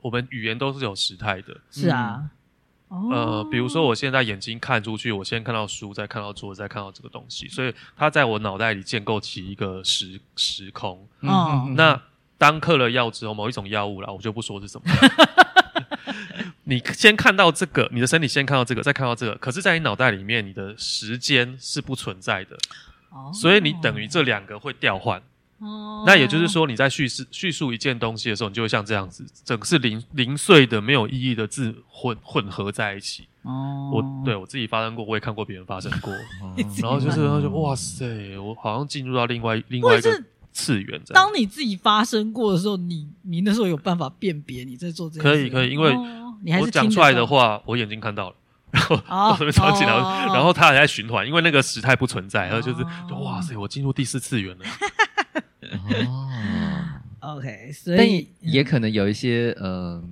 Speaker 2: 我们语言都是有时态的。
Speaker 1: 是啊，哦
Speaker 2: 呃，比如说我现在眼睛看出去，我先看到书，再看到桌子，再看到这个东西，所以它在我脑袋里建构起一个时时空。
Speaker 3: 嗯
Speaker 1: 哦
Speaker 3: 嗯嗯
Speaker 2: 那当嗑了药之后，某一种药物啦，我就不说是什 么。你先看到这个，你的身体先看到这个，再看到这个，可是，在你脑袋里面，你的时间是不存在的，
Speaker 1: 哦
Speaker 2: 所以你等于这两个会调换。
Speaker 1: 哦
Speaker 2: 那也就是说，你在叙事叙述一件东西的时候，你就会像这样子，整个是零零碎的、没有意义的字混混合在一起。
Speaker 1: 哦，
Speaker 2: 我对我自己发生过，我也看过别人发生 过，
Speaker 3: 哦
Speaker 2: 然后就是他就哇塞，我好像进入到另外另
Speaker 1: 或
Speaker 2: 外一
Speaker 1: 者
Speaker 2: 个
Speaker 1: 是
Speaker 2: 次元这样。
Speaker 1: 当你自己发生过的时候，你你那时候有办法辨别你在做这件
Speaker 2: 可
Speaker 1: 事
Speaker 2: 以
Speaker 1: 吗
Speaker 2: 可以，因为
Speaker 1: 哦你还
Speaker 2: 我
Speaker 1: 是
Speaker 2: 讲
Speaker 1: 听
Speaker 2: 出
Speaker 1: 得
Speaker 2: 来的
Speaker 1: 到
Speaker 2: 话， 我眼睛看到了，然后
Speaker 1: 哦
Speaker 2: 我这边张起来，
Speaker 1: 哦
Speaker 2: 然后它还在循环，因为那个时态不存在，然后就是就
Speaker 1: 哦
Speaker 2: 哇塞，我进入第四次元了。
Speaker 3: 哦
Speaker 1: OK，所
Speaker 3: 但也
Speaker 1: 以嗯
Speaker 3: 也可能有一些，呃，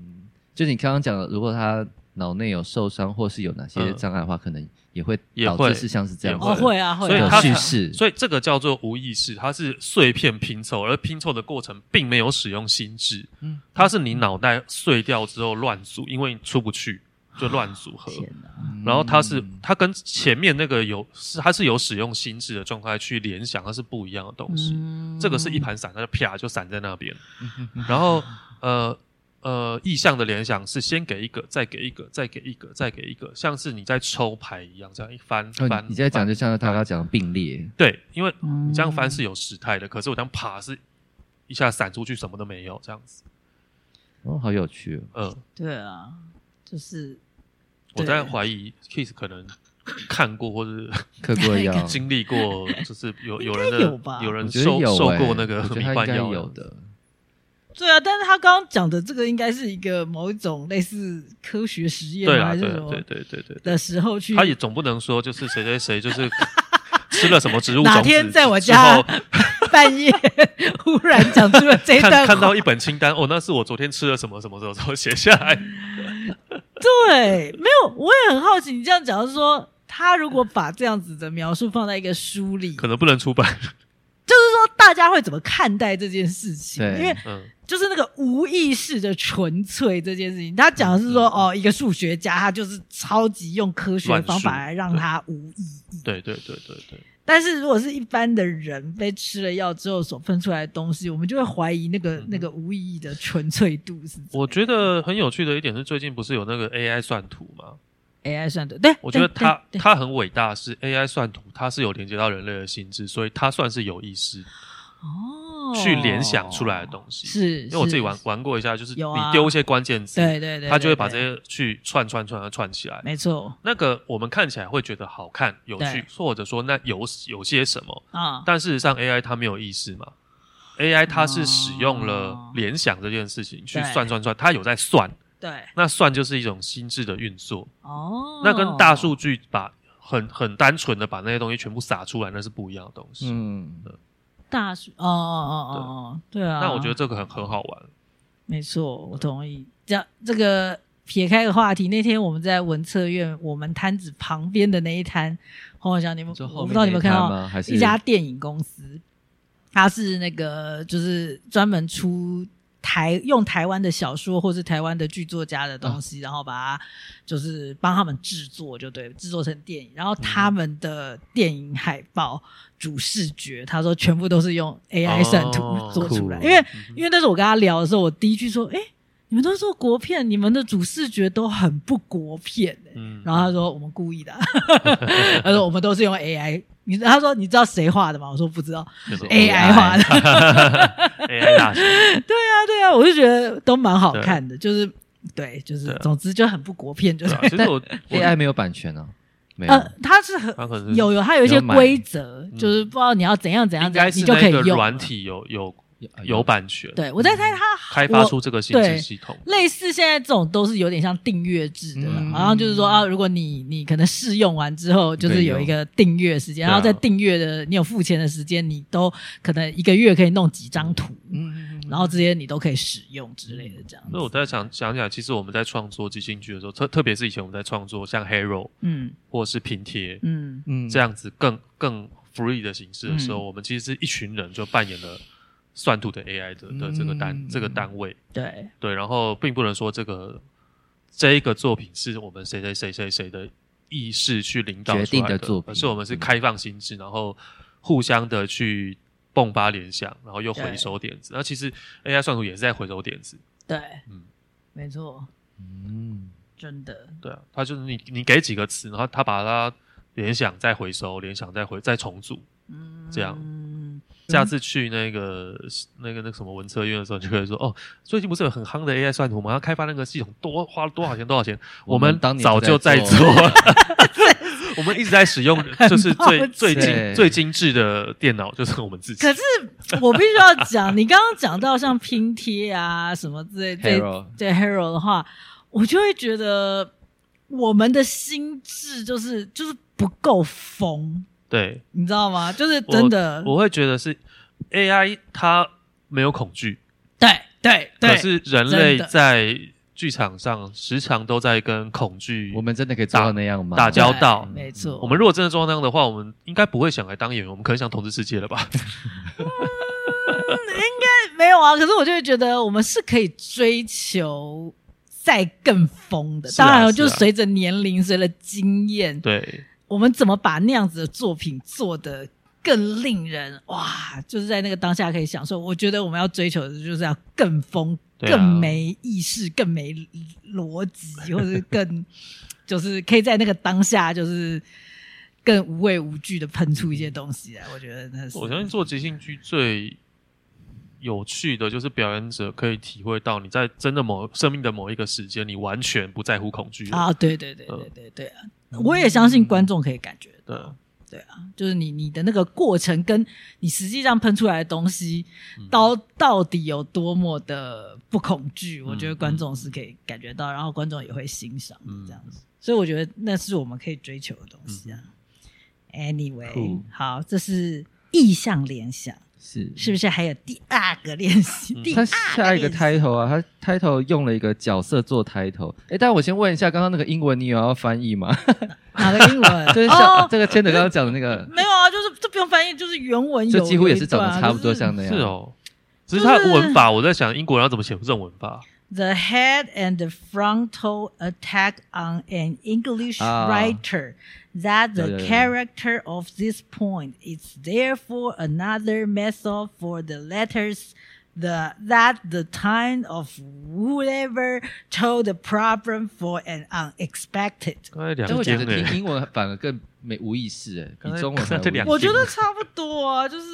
Speaker 3: 就是你刚刚讲的，如果他脑内有受伤或是有哪些
Speaker 2: 嗯
Speaker 3: 障碍的话，可能也会
Speaker 2: 也
Speaker 3: 导
Speaker 2: 会
Speaker 3: 致是像是这样
Speaker 2: 也
Speaker 3: 子
Speaker 1: 哦
Speaker 3: 的
Speaker 1: 会啊会啊，
Speaker 2: 所以
Speaker 3: 有
Speaker 2: 它
Speaker 3: 叙事，
Speaker 2: 所以这个叫做无意识，它是碎片拼凑，而拼凑的过程并没有使用心智，
Speaker 3: 嗯
Speaker 2: 它是你脑袋碎掉之后乱组，因为你出不去就乱组合。
Speaker 1: 嗯天哪，
Speaker 3: 嗯
Speaker 2: 然后它是它跟前面那个有是它是有使用心智的状态去联想，它是不一样的东西。
Speaker 1: 嗯
Speaker 2: 这个是一盘散，它就啪就散在那边。
Speaker 3: 嗯
Speaker 2: 然后呃呃，意象的联想是先给一个，再给一个，再给一个，再给一个，像是你在抽牌一样，这样一翻
Speaker 3: 哦
Speaker 2: 翻。
Speaker 3: 你你现在讲
Speaker 2: 翻
Speaker 3: 就像他刚刚讲的并列，
Speaker 2: 对，因为
Speaker 1: 嗯
Speaker 2: 你这样翻是有时态的，可是我这样爬是一下散出去什么都没有，这样子。
Speaker 3: 哦，好有趣 哦。
Speaker 2: 嗯，
Speaker 1: 对啊，就是
Speaker 2: 我
Speaker 1: 对
Speaker 2: 在怀疑 Kiss 可能看过或者
Speaker 3: 嗑过药，
Speaker 2: 经历过，就是 有有
Speaker 1: 应该有
Speaker 2: 人
Speaker 1: 吧
Speaker 2: 的有
Speaker 3: 我
Speaker 2: 人
Speaker 3: 觉得
Speaker 2: 受
Speaker 3: 有
Speaker 2: 受
Speaker 3: 欸
Speaker 2: 过那个
Speaker 3: 我觉得
Speaker 2: 迷
Speaker 3: 他应
Speaker 2: 幻
Speaker 3: 该
Speaker 2: 药
Speaker 3: 有的，
Speaker 1: 对啊，但是他刚刚讲的这个应该是一个某一种类似科学实验
Speaker 2: 对
Speaker 1: 吗
Speaker 2: 啊，
Speaker 1: 还是
Speaker 2: 对
Speaker 1: 什
Speaker 2: 啊
Speaker 1: 么
Speaker 2: 对对对对，
Speaker 1: 的时候去，
Speaker 2: 他也总不能说就是谁谁谁就是吃了什么植物
Speaker 1: 哪
Speaker 2: 种
Speaker 1: 天
Speaker 2: 子
Speaker 1: 在我
Speaker 2: 之
Speaker 1: 家
Speaker 2: 后
Speaker 1: 半夜忽然讲出了这一段
Speaker 2: 看
Speaker 1: 话，
Speaker 2: 看到一本清单，哦，那是我昨天吃了什么什么什么时候写下 来。
Speaker 1: 对，没有，我也很好奇，你这样讲就是说，他如果把这样子的描述放在一个书里，
Speaker 2: 可能不能出版。
Speaker 1: 说大家会怎么看待这件事情？
Speaker 3: 对
Speaker 1: 因为
Speaker 2: 嗯，
Speaker 1: 就是那个无意识的纯粹这件事情，他讲的是说，
Speaker 2: 嗯
Speaker 1: 哦，一个数学家他就是超级用科学
Speaker 2: 乱
Speaker 1: 方法
Speaker 2: 数
Speaker 1: 来让
Speaker 2: 对
Speaker 1: 他无意义，
Speaker 2: 对对对对对，
Speaker 1: 但是如果是一般的人被吃了药之后所分出来的东西，我们就会怀疑那个、
Speaker 2: 嗯
Speaker 1: 那个无意义的纯粹度是怎么样。
Speaker 2: 我觉得很有趣的一点是，最近不是有那个 AI 算图吗？
Speaker 1: AI 算的，对，
Speaker 2: 我觉得
Speaker 1: 对
Speaker 2: 它
Speaker 1: 对对
Speaker 2: 它很伟大，是 AI 算图，它是有连接到人类的心智，所以它算是有意识
Speaker 1: 哦
Speaker 2: 去联想出来的东西。
Speaker 1: 是，
Speaker 2: 因为我自己玩
Speaker 1: 是，
Speaker 2: 玩过一下，就是
Speaker 1: 有
Speaker 2: 你
Speaker 1: 啊
Speaker 2: 丢一些关键字，
Speaker 1: 对对对，
Speaker 2: 它就会
Speaker 1: 对
Speaker 2: 把这
Speaker 1: 对
Speaker 2: 些去串串串串串起来。
Speaker 1: 没错
Speaker 2: 那个我们看起来会觉得好看、有
Speaker 1: 对
Speaker 2: 趣，或者说那有有些什么，
Speaker 1: 啊，
Speaker 2: 但事实上 AI 它没有意识嘛，AI 它是使用
Speaker 1: 哦
Speaker 2: 了联想这件事情去
Speaker 1: 对
Speaker 2: 算算算，它有在算，
Speaker 1: 对
Speaker 2: 那算就是一种心智的运作，
Speaker 1: 哦，
Speaker 2: 那跟大数据把很很单纯的把那些东西全部撒出来，那是不一样的东西。
Speaker 3: 嗯，
Speaker 1: 大数哦哦哦哦哦，对啊，
Speaker 2: 那我觉得这个很很好玩，
Speaker 1: 没错，我同意。这样这个撇开个话题，那天我们在文策院我们摊子旁边的那一摊，黄晓翔，你们
Speaker 3: 就
Speaker 1: 我
Speaker 3: 后
Speaker 1: 不
Speaker 3: 面
Speaker 1: 知道你们看
Speaker 3: 那一
Speaker 1: 到
Speaker 3: 摊吗还是
Speaker 1: 一家电影公司，它是那个就是专门出。台用台湾的小说或是台湾的剧作家的东
Speaker 3: 啊
Speaker 1: 西，然后把它就是帮他们制作，就对，制作成电影。然后
Speaker 2: 嗯
Speaker 1: 他们的电影海报、主视觉，他说全部都是用 AI 算图
Speaker 2: 哦
Speaker 1: 做出来，
Speaker 3: 酷
Speaker 1: 因为
Speaker 2: 嗯哼
Speaker 1: 因为那时候我跟他聊的时候，我第一句说：“哎、你们都做国片，你们的主视觉都很不国片、欸。
Speaker 2: 嗯，
Speaker 1: 然后他说：“我们故意的啊、他说：“我们都是用 AI。”你他说：“你知道谁画的吗？”我说：“不知道
Speaker 2: 这种
Speaker 1: AI 画 的。”
Speaker 2: AI 大神
Speaker 1: 啊， 对啊，我就觉得都蛮好看的，就是对，就是总之就很不国片，就
Speaker 2: 对
Speaker 1: 是、
Speaker 2: 啊，其实我我
Speaker 3: AI 没有版权哦，没有，
Speaker 1: 呃，它是很
Speaker 2: 他可能是
Speaker 1: 有有它有一些
Speaker 3: 要买
Speaker 1: 规则，就是不知道你要怎样怎样
Speaker 2: 嗯应
Speaker 1: 怎样
Speaker 2: 该，
Speaker 1: 你
Speaker 2: 是
Speaker 1: 就可
Speaker 2: 那
Speaker 1: 以
Speaker 2: 个
Speaker 1: 用
Speaker 2: 软
Speaker 1: 了。
Speaker 2: 体有有
Speaker 3: 有
Speaker 2: 有版权，
Speaker 1: 对，我在猜它
Speaker 2: 开发
Speaker 1: 我
Speaker 2: 出这个心
Speaker 1: 对
Speaker 2: 智系统。
Speaker 1: 类似现在这种都是有点像订阅制的啦，
Speaker 3: 嗯
Speaker 1: 然后就是说啊，如果你你可能试用完之后，就是有一个订阅时间，
Speaker 2: 对啊
Speaker 1: 然后在订阅的你有付钱的时间，你都可能一个月可以弄几张图，
Speaker 3: 嗯，
Speaker 1: 然后这些你都可以使用之类的这样
Speaker 2: 那
Speaker 1: 子。
Speaker 2: 我在想想起来，其实我们在创作即兴剧的时候，特特别是以前我们在创作像 Hero
Speaker 1: 嗯
Speaker 2: 或是拼贴、
Speaker 1: 嗯
Speaker 3: 嗯
Speaker 2: 这样子更更 free 的形式的时候，
Speaker 1: 嗯
Speaker 2: 我们其实是一群人就扮演了算图的 AI 的的这个单、
Speaker 3: 嗯
Speaker 2: 这个单位，
Speaker 1: 对
Speaker 2: 对，然后并不能说这个这一个作品是我们谁谁谁谁谁的意识去领导出来
Speaker 3: 决定的
Speaker 2: 的
Speaker 3: 作品
Speaker 2: 而是我们是
Speaker 3: 嗯
Speaker 2: 开放心智，然后互相的去迸发联想，然后又
Speaker 1: 对
Speaker 2: 回收点子。那其实 AI 算图也是在回收点子，
Speaker 1: 对，
Speaker 2: 嗯
Speaker 1: 没错，
Speaker 3: 嗯，
Speaker 1: 真的
Speaker 2: 对啊，它就是你你给几个词，然后它把它联想再回收，联想再回再重组。这样
Speaker 1: 嗯
Speaker 2: 下次去那个、那个那个什么文策院的时候，你就可以说哦，最近不是有很夯的 AI 算图吗？要开发那个系统多花了多少钱？多少钱？
Speaker 3: 我
Speaker 2: 我
Speaker 3: 们
Speaker 2: 们
Speaker 3: 当年
Speaker 2: 早
Speaker 3: 就
Speaker 2: 就
Speaker 3: 在
Speaker 2: 在
Speaker 3: 做
Speaker 2: 做了， 我们一直在使用，就是最
Speaker 1: 很抱歉
Speaker 2: 最
Speaker 3: 对
Speaker 2: 精最精致的电脑就是我们自己
Speaker 1: 可。是我必须要讲，你刚刚讲到像拼贴啊什么 之类这
Speaker 3: Hero
Speaker 1: 对 Hero 的话，我就会觉得我们的心智就是就是不够疯，
Speaker 2: 对，
Speaker 1: 你知道吗？就是
Speaker 2: 我
Speaker 1: 真的，
Speaker 2: 我会觉得是 AI 它没有恐惧，
Speaker 1: 对对对，
Speaker 2: 可是人类
Speaker 1: 真的
Speaker 2: 在剧场上时常都在跟恐惧
Speaker 3: 我们真的可以做到那样吗？
Speaker 2: 打
Speaker 1: 对
Speaker 2: 交道。
Speaker 1: 没错。
Speaker 2: 嗯我们如果真的做到那样的话，我们应该不会想来当演员，我们可能想统治世界了吧？
Speaker 1: 没有啊，可是我就会觉得我们是可以追求。再更疯的，
Speaker 2: 是啊
Speaker 1: 当然
Speaker 2: 是
Speaker 1: 就
Speaker 2: 啊
Speaker 1: 随着年龄、随着经验，
Speaker 2: 对，
Speaker 1: 我们怎么把那样子的作品做得更令人哇，就是在那个当下可以享受。我觉得我们要追求的就是要更疯、
Speaker 2: 对啊
Speaker 1: 更没意识、更没逻辑，或者更 就是可以在那个当下就是更无畏无惧的喷出一些东西来。我觉得那是
Speaker 2: 我相信做即兴剧最有趣的就是表演者可以体会到你在真的某生命的某一个时间，你完全不在乎恐惧了。
Speaker 1: 啊，对对对
Speaker 2: 呃
Speaker 1: 对对对啊！我也相信观众可以感觉
Speaker 2: 对
Speaker 1: 到。对啊，就是你你的那个过程跟你实际上喷出来的东西，
Speaker 3: 嗯
Speaker 1: 到到底有多么的不恐惧，我
Speaker 3: 嗯
Speaker 1: 觉得观众是可以感觉到，然后观众也会欣赏
Speaker 2: 嗯
Speaker 1: 这样子，所以我觉得那是我们可以追求的东西啊。Anyway，
Speaker 3: 嗯
Speaker 2: Cool
Speaker 1: 好，这是意象联想，
Speaker 3: 是
Speaker 1: 是不是还有第二个练习？
Speaker 2: 嗯
Speaker 3: 嗯
Speaker 1: 第
Speaker 3: 他
Speaker 1: 二
Speaker 3: 下一个
Speaker 1: 练习
Speaker 3: title 啊，他 title 用了一个角色做 title。哎，但我先问一下，刚刚那个英文你有要翻译 吗？
Speaker 1: 哪个 英文？
Speaker 3: 就是像、
Speaker 1: 哦，
Speaker 3: 这个千德刚刚讲的那 个，
Speaker 1: 没有啊，就是这不用翻译，就是原文
Speaker 3: 就
Speaker 1: 有一段，啊
Speaker 3: 几乎也是长得差不多像那
Speaker 2: 是
Speaker 3: 样。，
Speaker 2: 哦。只是他的文法，我在想英国人要怎么写这种文法。
Speaker 1: The head and the frontal attack on an English
Speaker 3: Ah.
Speaker 1: writer, that the
Speaker 3: Yeah, yeah, yeah.
Speaker 1: character of this point is therefore another method for the letters. The, that the time of whoever told the problem for an unexpected，
Speaker 2: 刚才
Speaker 3: 但
Speaker 2: 两
Speaker 3: 我觉
Speaker 2: 间欸
Speaker 3: 得
Speaker 2: 呢、
Speaker 3: 听英文反而更没无意识哎，
Speaker 2: 刚才
Speaker 3: 比中文还
Speaker 2: 刚才这
Speaker 3: 无意
Speaker 2: 两
Speaker 3: 识
Speaker 2: 个
Speaker 1: 我觉得差不多啊，就是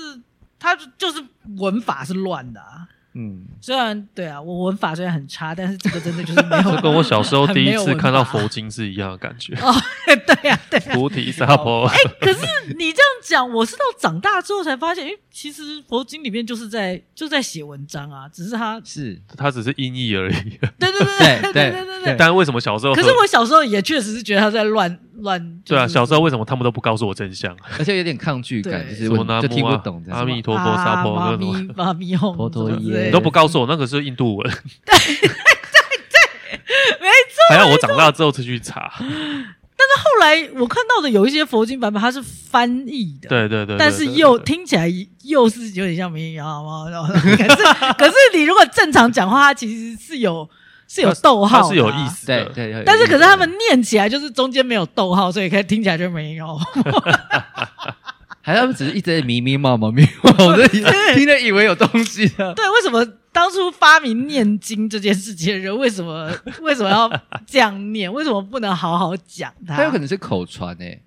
Speaker 1: 他就就是文法是乱的啊。
Speaker 3: 嗯，
Speaker 1: 虽然对啊，我文法虽然很差，但是这个真的就是没有。
Speaker 2: 这跟我小时候第一
Speaker 1: 很没
Speaker 2: 次
Speaker 1: 有
Speaker 2: 看到
Speaker 1: 文法。
Speaker 2: 佛经是一样的感觉
Speaker 1: 哦，对啊，对啊。
Speaker 2: 菩提萨婆，
Speaker 1: 可是你这样讲，我是到长大之后才发现，诶，其实佛经里面就是在就在写文章啊，只是他，
Speaker 3: 是
Speaker 2: 它只是音译而已。
Speaker 1: 对对 对
Speaker 3: 对
Speaker 1: 对
Speaker 3: 对
Speaker 1: 对对
Speaker 3: 对
Speaker 2: 但为什么小时候？
Speaker 1: 可是我小时候也确实是觉得他在乱乱。
Speaker 2: 对啊，小时
Speaker 1: 候
Speaker 2: 候为什么他们都不告诉我真相？
Speaker 3: 而且有点抗拒感，
Speaker 1: 对
Speaker 3: 就是
Speaker 2: 什
Speaker 3: 我
Speaker 2: 么南
Speaker 3: 就听
Speaker 2: 无
Speaker 3: 不
Speaker 2: 啊
Speaker 3: 懂这
Speaker 2: 阿
Speaker 3: 样。
Speaker 2: 弥陀佛、萨婆，
Speaker 1: 啊妈
Speaker 2: 那
Speaker 1: 咪
Speaker 2: 种
Speaker 1: 妈咪哦哄，
Speaker 3: 婆陀耶
Speaker 2: 你
Speaker 1: 耶
Speaker 2: 都不告诉我那个是印度文。对对对对，
Speaker 1: 没
Speaker 2: 错。还要我长大之后才去查。
Speaker 1: 后来我看到的有一些佛经版本，它是翻译的，
Speaker 2: 对对对，对
Speaker 1: 但是又
Speaker 2: 对对
Speaker 1: 听起来又是有点像民谣，好不好？然后可是 可是你如果正常讲话，它其实是有是有逗号、
Speaker 2: 它
Speaker 1: 啊，
Speaker 2: 是有意。思
Speaker 3: 对
Speaker 2: 的。
Speaker 3: 对，有
Speaker 1: 但是
Speaker 3: 有
Speaker 1: 可是他们念起来就是中间没有逗号，所以可以听起来就没 有。
Speaker 3: 还他们只是一直在迷迷冒冒 迷冒，我就以为听着以为有东西啊。
Speaker 1: 对，为什么当初发明念经这件事情的人，为什么 为什么要这样念？为什么不能好好讲它？
Speaker 3: 他有可能是口传哎，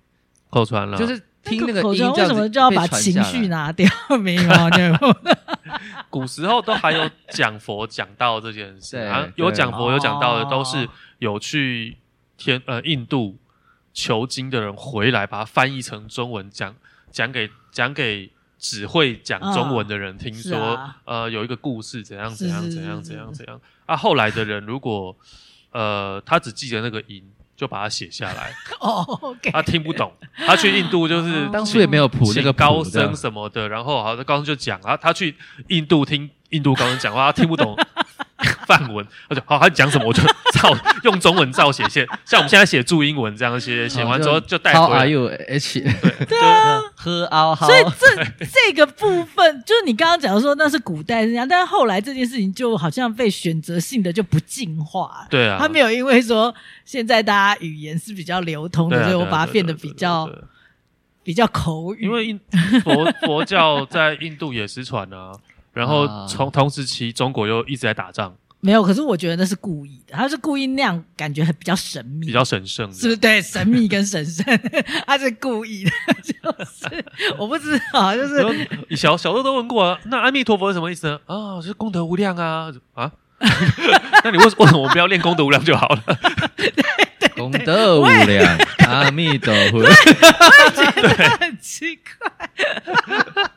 Speaker 2: 口传了，
Speaker 3: 就是听那
Speaker 1: 那
Speaker 3: 个
Speaker 1: 口
Speaker 3: 音这样
Speaker 1: 传为什
Speaker 3: 子
Speaker 1: 么就要
Speaker 3: 被
Speaker 1: 把
Speaker 3: 传
Speaker 1: 情
Speaker 3: 下来
Speaker 1: 绪拿掉？没 有啊，没有。
Speaker 2: 古时候都还有讲佛讲道这件事
Speaker 3: 对
Speaker 2: 啊
Speaker 3: 对，
Speaker 2: 有讲佛有讲道的
Speaker 1: 哦
Speaker 2: 都是有去天呃印度求经的人回来把它翻译成中文讲讲给讲给只会讲中文的人听
Speaker 1: 是
Speaker 2: 说，
Speaker 1: 啊
Speaker 2: 呃有一个故事怎样
Speaker 1: 是
Speaker 2: 怎样
Speaker 1: 是
Speaker 2: 怎样
Speaker 1: 是
Speaker 2: 怎样
Speaker 1: 是
Speaker 2: 怎样啊，后来的人如果呃他只记得那个音。就把它写下来，
Speaker 1: 哦，OK，
Speaker 2: 他听不懂，他去印度就是
Speaker 1: 哦
Speaker 3: 当初也没有谱那
Speaker 2: 请
Speaker 3: 个谱
Speaker 2: 高
Speaker 3: 这样
Speaker 2: 僧什么的，然后好，高僧就讲啊，他去印度听印度高僧讲话，他听不懂梵文，他就好，他讲什么我就照用中文照写，写像我们现在写注英文这样写，写完之后就带回
Speaker 3: How are
Speaker 2: 来。
Speaker 3: you H？
Speaker 2: 对啊，
Speaker 3: 喝凹好，
Speaker 1: 所以这这个部分，就是你刚刚讲说那是古代是这样，但是后来这件事情就好像被选择性的就不进化了。
Speaker 2: 对啊，
Speaker 1: 他没有因为说现在大家语言是比较流通
Speaker 2: 对
Speaker 1: 的，
Speaker 2: 啊，
Speaker 1: 所以
Speaker 2: 对
Speaker 1: 我
Speaker 2: 啊
Speaker 1: 把它
Speaker 2: 对啊
Speaker 1: 变得
Speaker 2: 对啊
Speaker 1: 比
Speaker 2: 对啊
Speaker 1: 较
Speaker 2: 对啊对啊
Speaker 1: 比较口语。
Speaker 2: 因为印佛佛教在印度也失传啊，然后
Speaker 3: 啊
Speaker 2: 从同时期中国又一直在打仗，
Speaker 1: 没有，可是我觉得那是故意的，他是故意那样，感觉比较神秘，
Speaker 2: 比较神圣
Speaker 1: 是不是？
Speaker 2: 的。
Speaker 1: 对，神秘跟神圣， 他是故意的，就是我不知道，就是
Speaker 2: 然后你小小时候都问过啊，那阿弥陀佛是什么意思呢？啊，就是功德无量啊啊！ 那你为为什么不要练功德无量就好了？
Speaker 3: 功德无量，阿弥陀佛。
Speaker 1: 很奇怪。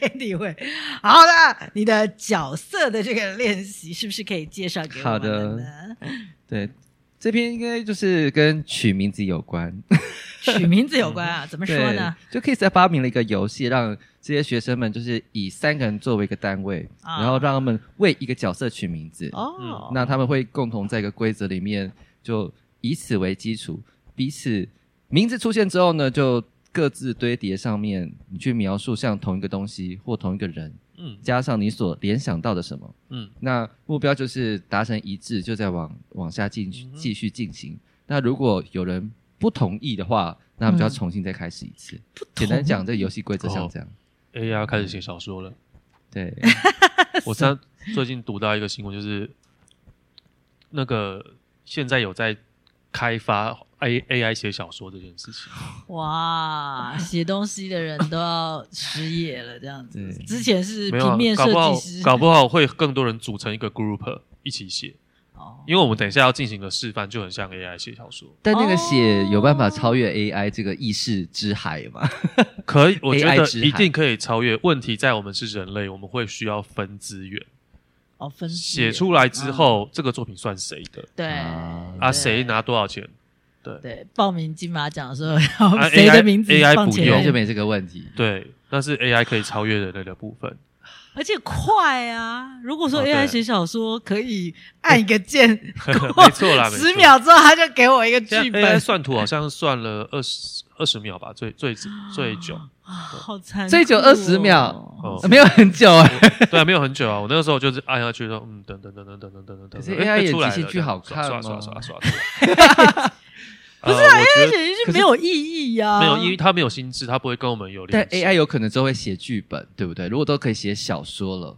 Speaker 1: anyway，好的，你的角色的这个练习是不是可以介绍给我
Speaker 3: 好
Speaker 1: 们
Speaker 3: 的
Speaker 1: 了呢？
Speaker 3: 对，这篇应该就是跟取名字有关。
Speaker 1: 取名字有关啊，怎么说
Speaker 3: 对
Speaker 1: 呢？，
Speaker 3: 就 Kiss 发明了一个游戏，让这些学生们就是以三个人作为一个单位，
Speaker 1: 啊
Speaker 3: 然后让他们为一个角色取名字。
Speaker 2: 嗯
Speaker 1: 哦，
Speaker 3: 那他们会共同在一个规则里面，就以此为基础，彼此名字出现之后呢，就各自堆叠上面，你去描述像同一个东西或同一个人，
Speaker 2: 嗯
Speaker 3: 加上你所联想到的什么。
Speaker 2: 嗯
Speaker 3: 那目标就是达成一致，就再往往下进
Speaker 2: 嗯哼
Speaker 3: 继续进行。那如果有人不同意的话，那我们就要重新再开始一次。简单讲，这个游戏规则像这样。
Speaker 2: ，A 哎呀开始写小说了。
Speaker 3: 对，
Speaker 2: 我上最近读到一个新闻，就是那个现在有在开发 A AI 写小说这件事情。
Speaker 1: 哇，写东西的人都要失业了，这 样子。
Speaker 3: 对
Speaker 1: 之前是
Speaker 2: 没有啊
Speaker 1: 平面，设
Speaker 2: 搞不好
Speaker 1: 计师，
Speaker 2: 搞不好会更多人组成一个 group 一起写，
Speaker 1: 哦
Speaker 2: 因为我们等一下要进行的示范就很像 AI 写小说。
Speaker 3: 但那个
Speaker 1: 哦
Speaker 3: 写有办法超越 AI 这个意识之海吗？
Speaker 2: 可以，我觉
Speaker 3: AI
Speaker 2: 得
Speaker 3: 之海
Speaker 2: 一定可以超越。问题在我们是人类，我们会需要分资源。
Speaker 1: 哦，分析
Speaker 2: 写出来之
Speaker 3: 嗯
Speaker 2: 后，这个作品算谁的？
Speaker 1: 对
Speaker 3: 啊
Speaker 2: 啊，
Speaker 1: 对
Speaker 2: 谁拿多少钱？
Speaker 1: 对报名金马奖的时候，然后
Speaker 2: 啊
Speaker 1: 谁
Speaker 2: AI
Speaker 1: 的名字
Speaker 2: AI
Speaker 1: 放
Speaker 2: 不
Speaker 1: 前
Speaker 2: 用
Speaker 1: 面
Speaker 3: AI 就没这个问题。
Speaker 2: 对，那是 AI 可以超越人类 的部分。
Speaker 1: 而且快啊！如果说
Speaker 2: 哦对
Speaker 1: AI 写小说可以按一个键，
Speaker 2: 没错啦，没
Speaker 1: 十
Speaker 2: 错。
Speaker 1: 秒之后他就给我一个剧
Speaker 2: 现在 AI
Speaker 1: 本，
Speaker 2: 算图好像算了二十二十秒吧，最最 最久。
Speaker 1: 啊好残酷哦！
Speaker 3: 最久20秒
Speaker 2: 哦
Speaker 3: 没有很久 哎、
Speaker 2: 对啊，没有很久啊。我那个时候就是按下去说，嗯，等等等等等等等等等。
Speaker 3: 可是
Speaker 2: 哎
Speaker 3: AI
Speaker 2: 出来
Speaker 3: 演即兴
Speaker 2: 了
Speaker 3: 剧好
Speaker 2: 这样
Speaker 3: 看
Speaker 2: 刷
Speaker 3: 吗
Speaker 2: 刷刷刷刷。 啊不是啊
Speaker 1: 而
Speaker 2: ，AI
Speaker 1: 且就是没有意义呀，
Speaker 2: 没有，因为它没有心智，它不会跟我们有
Speaker 3: 但
Speaker 2: 联系。
Speaker 3: AI 有可能之后会写剧本，对不对？如果都可以写小说了，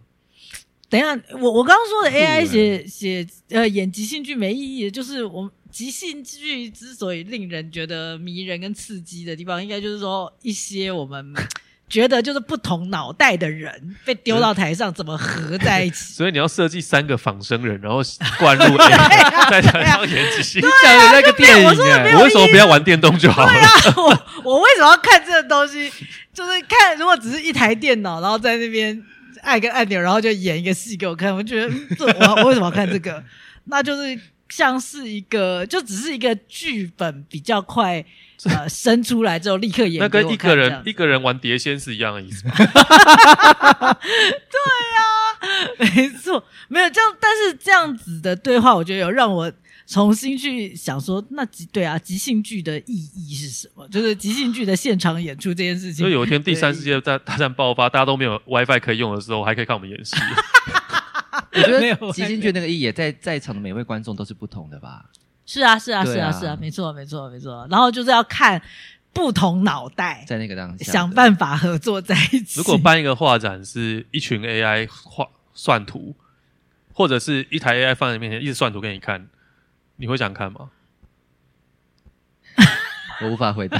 Speaker 1: 等一下，我我刚刚说的
Speaker 3: 酷欸
Speaker 1: AI 写写呃演即兴剧没意义，就是我们即兴剧之所以令人觉得迷人跟刺激的地方，应该就是说一些我们 觉得就是不同脑袋的人被丢到台上，怎么合在一起？
Speaker 2: 所以你要设计三个仿生人，然后灌入
Speaker 1: 啊
Speaker 2: AI，在台上演即兴。
Speaker 3: 讲的那个电影、
Speaker 1: 我说的没
Speaker 3: 哎
Speaker 1: 有啊
Speaker 2: 欸我为什么不要玩电动就好了？
Speaker 1: 我我为什么要看这个东西？就是看，如果只是一台电脑，然后在那边按个按钮，然后就演一个戏给我看，我觉得嗯这我我为什么要看这 个？那就是像是一个，就只是一个剧本比较 快呃生出来之后立刻演给
Speaker 2: 那
Speaker 1: 我看，
Speaker 2: 跟一个
Speaker 1: 这
Speaker 2: 人
Speaker 1: 样
Speaker 2: 一个人玩碟仙是一样的意思吗。
Speaker 1: 没错，没有这样，但是这样子的对话，我觉得有让我重新去想说，那即对啊，即兴剧的意义是什么？就是即兴剧的现场演出这件事情，
Speaker 2: 所以有一天第三世界大大战爆发，大家都没有 WiFi 可以用的时候，还可以看我们演 戏。
Speaker 3: 我觉
Speaker 1: 没有
Speaker 3: 得即兴剧那个意义也在在场的每位观众都是不同的吧？
Speaker 1: 是啊，是啊，
Speaker 3: 对
Speaker 1: 是
Speaker 3: 啊
Speaker 1: 啊，是啊，没错，没错，没错。然后就是要看不同脑袋
Speaker 3: 在那个当下，
Speaker 1: 想办法合作在一起。
Speaker 2: 如果办一个画展，是一群 AI 画算图，或者是一台 AI 放在你面前一直算图给你看，你会想看吗？
Speaker 3: 我无法回 答。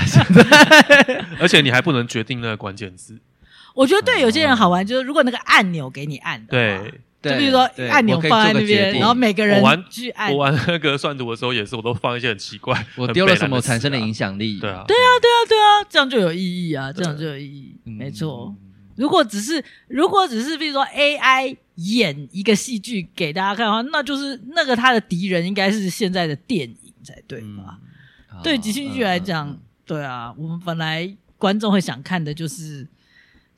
Speaker 2: 而且你还不能决定那个关键字。
Speaker 1: 我觉得对有些人好玩，就是如果那个按钮给你按的，，
Speaker 2: 对，
Speaker 1: 就比如说
Speaker 3: 对
Speaker 1: 按钮
Speaker 3: 我可以
Speaker 1: 放在
Speaker 3: 做
Speaker 1: 那
Speaker 3: 个决
Speaker 1: 边，
Speaker 3: 定
Speaker 1: 然后每个人
Speaker 2: 我玩
Speaker 1: 去按
Speaker 2: 我。玩那个算图的时候也是，我都放一些很奇 怪、
Speaker 3: 啊我丢了什么
Speaker 2: 很北
Speaker 3: 产
Speaker 2: 兰
Speaker 3: 生
Speaker 2: 的
Speaker 3: 了
Speaker 2: 词啊
Speaker 3: 影响力？
Speaker 2: 对啊，
Speaker 1: 对啊，对啊，对啊，这样就有意义啊，这样就有意义，
Speaker 3: 嗯，
Speaker 1: 没错。如果只是如果只是比如说 AI 演一个戏剧给大家看的话，那就是那个他的敌人应该是现在的电影才对吧？
Speaker 2: 嗯
Speaker 3: 啊
Speaker 1: 对即兴剧来讲，
Speaker 3: 嗯嗯
Speaker 1: 对啊，我们本来观众会想看的就是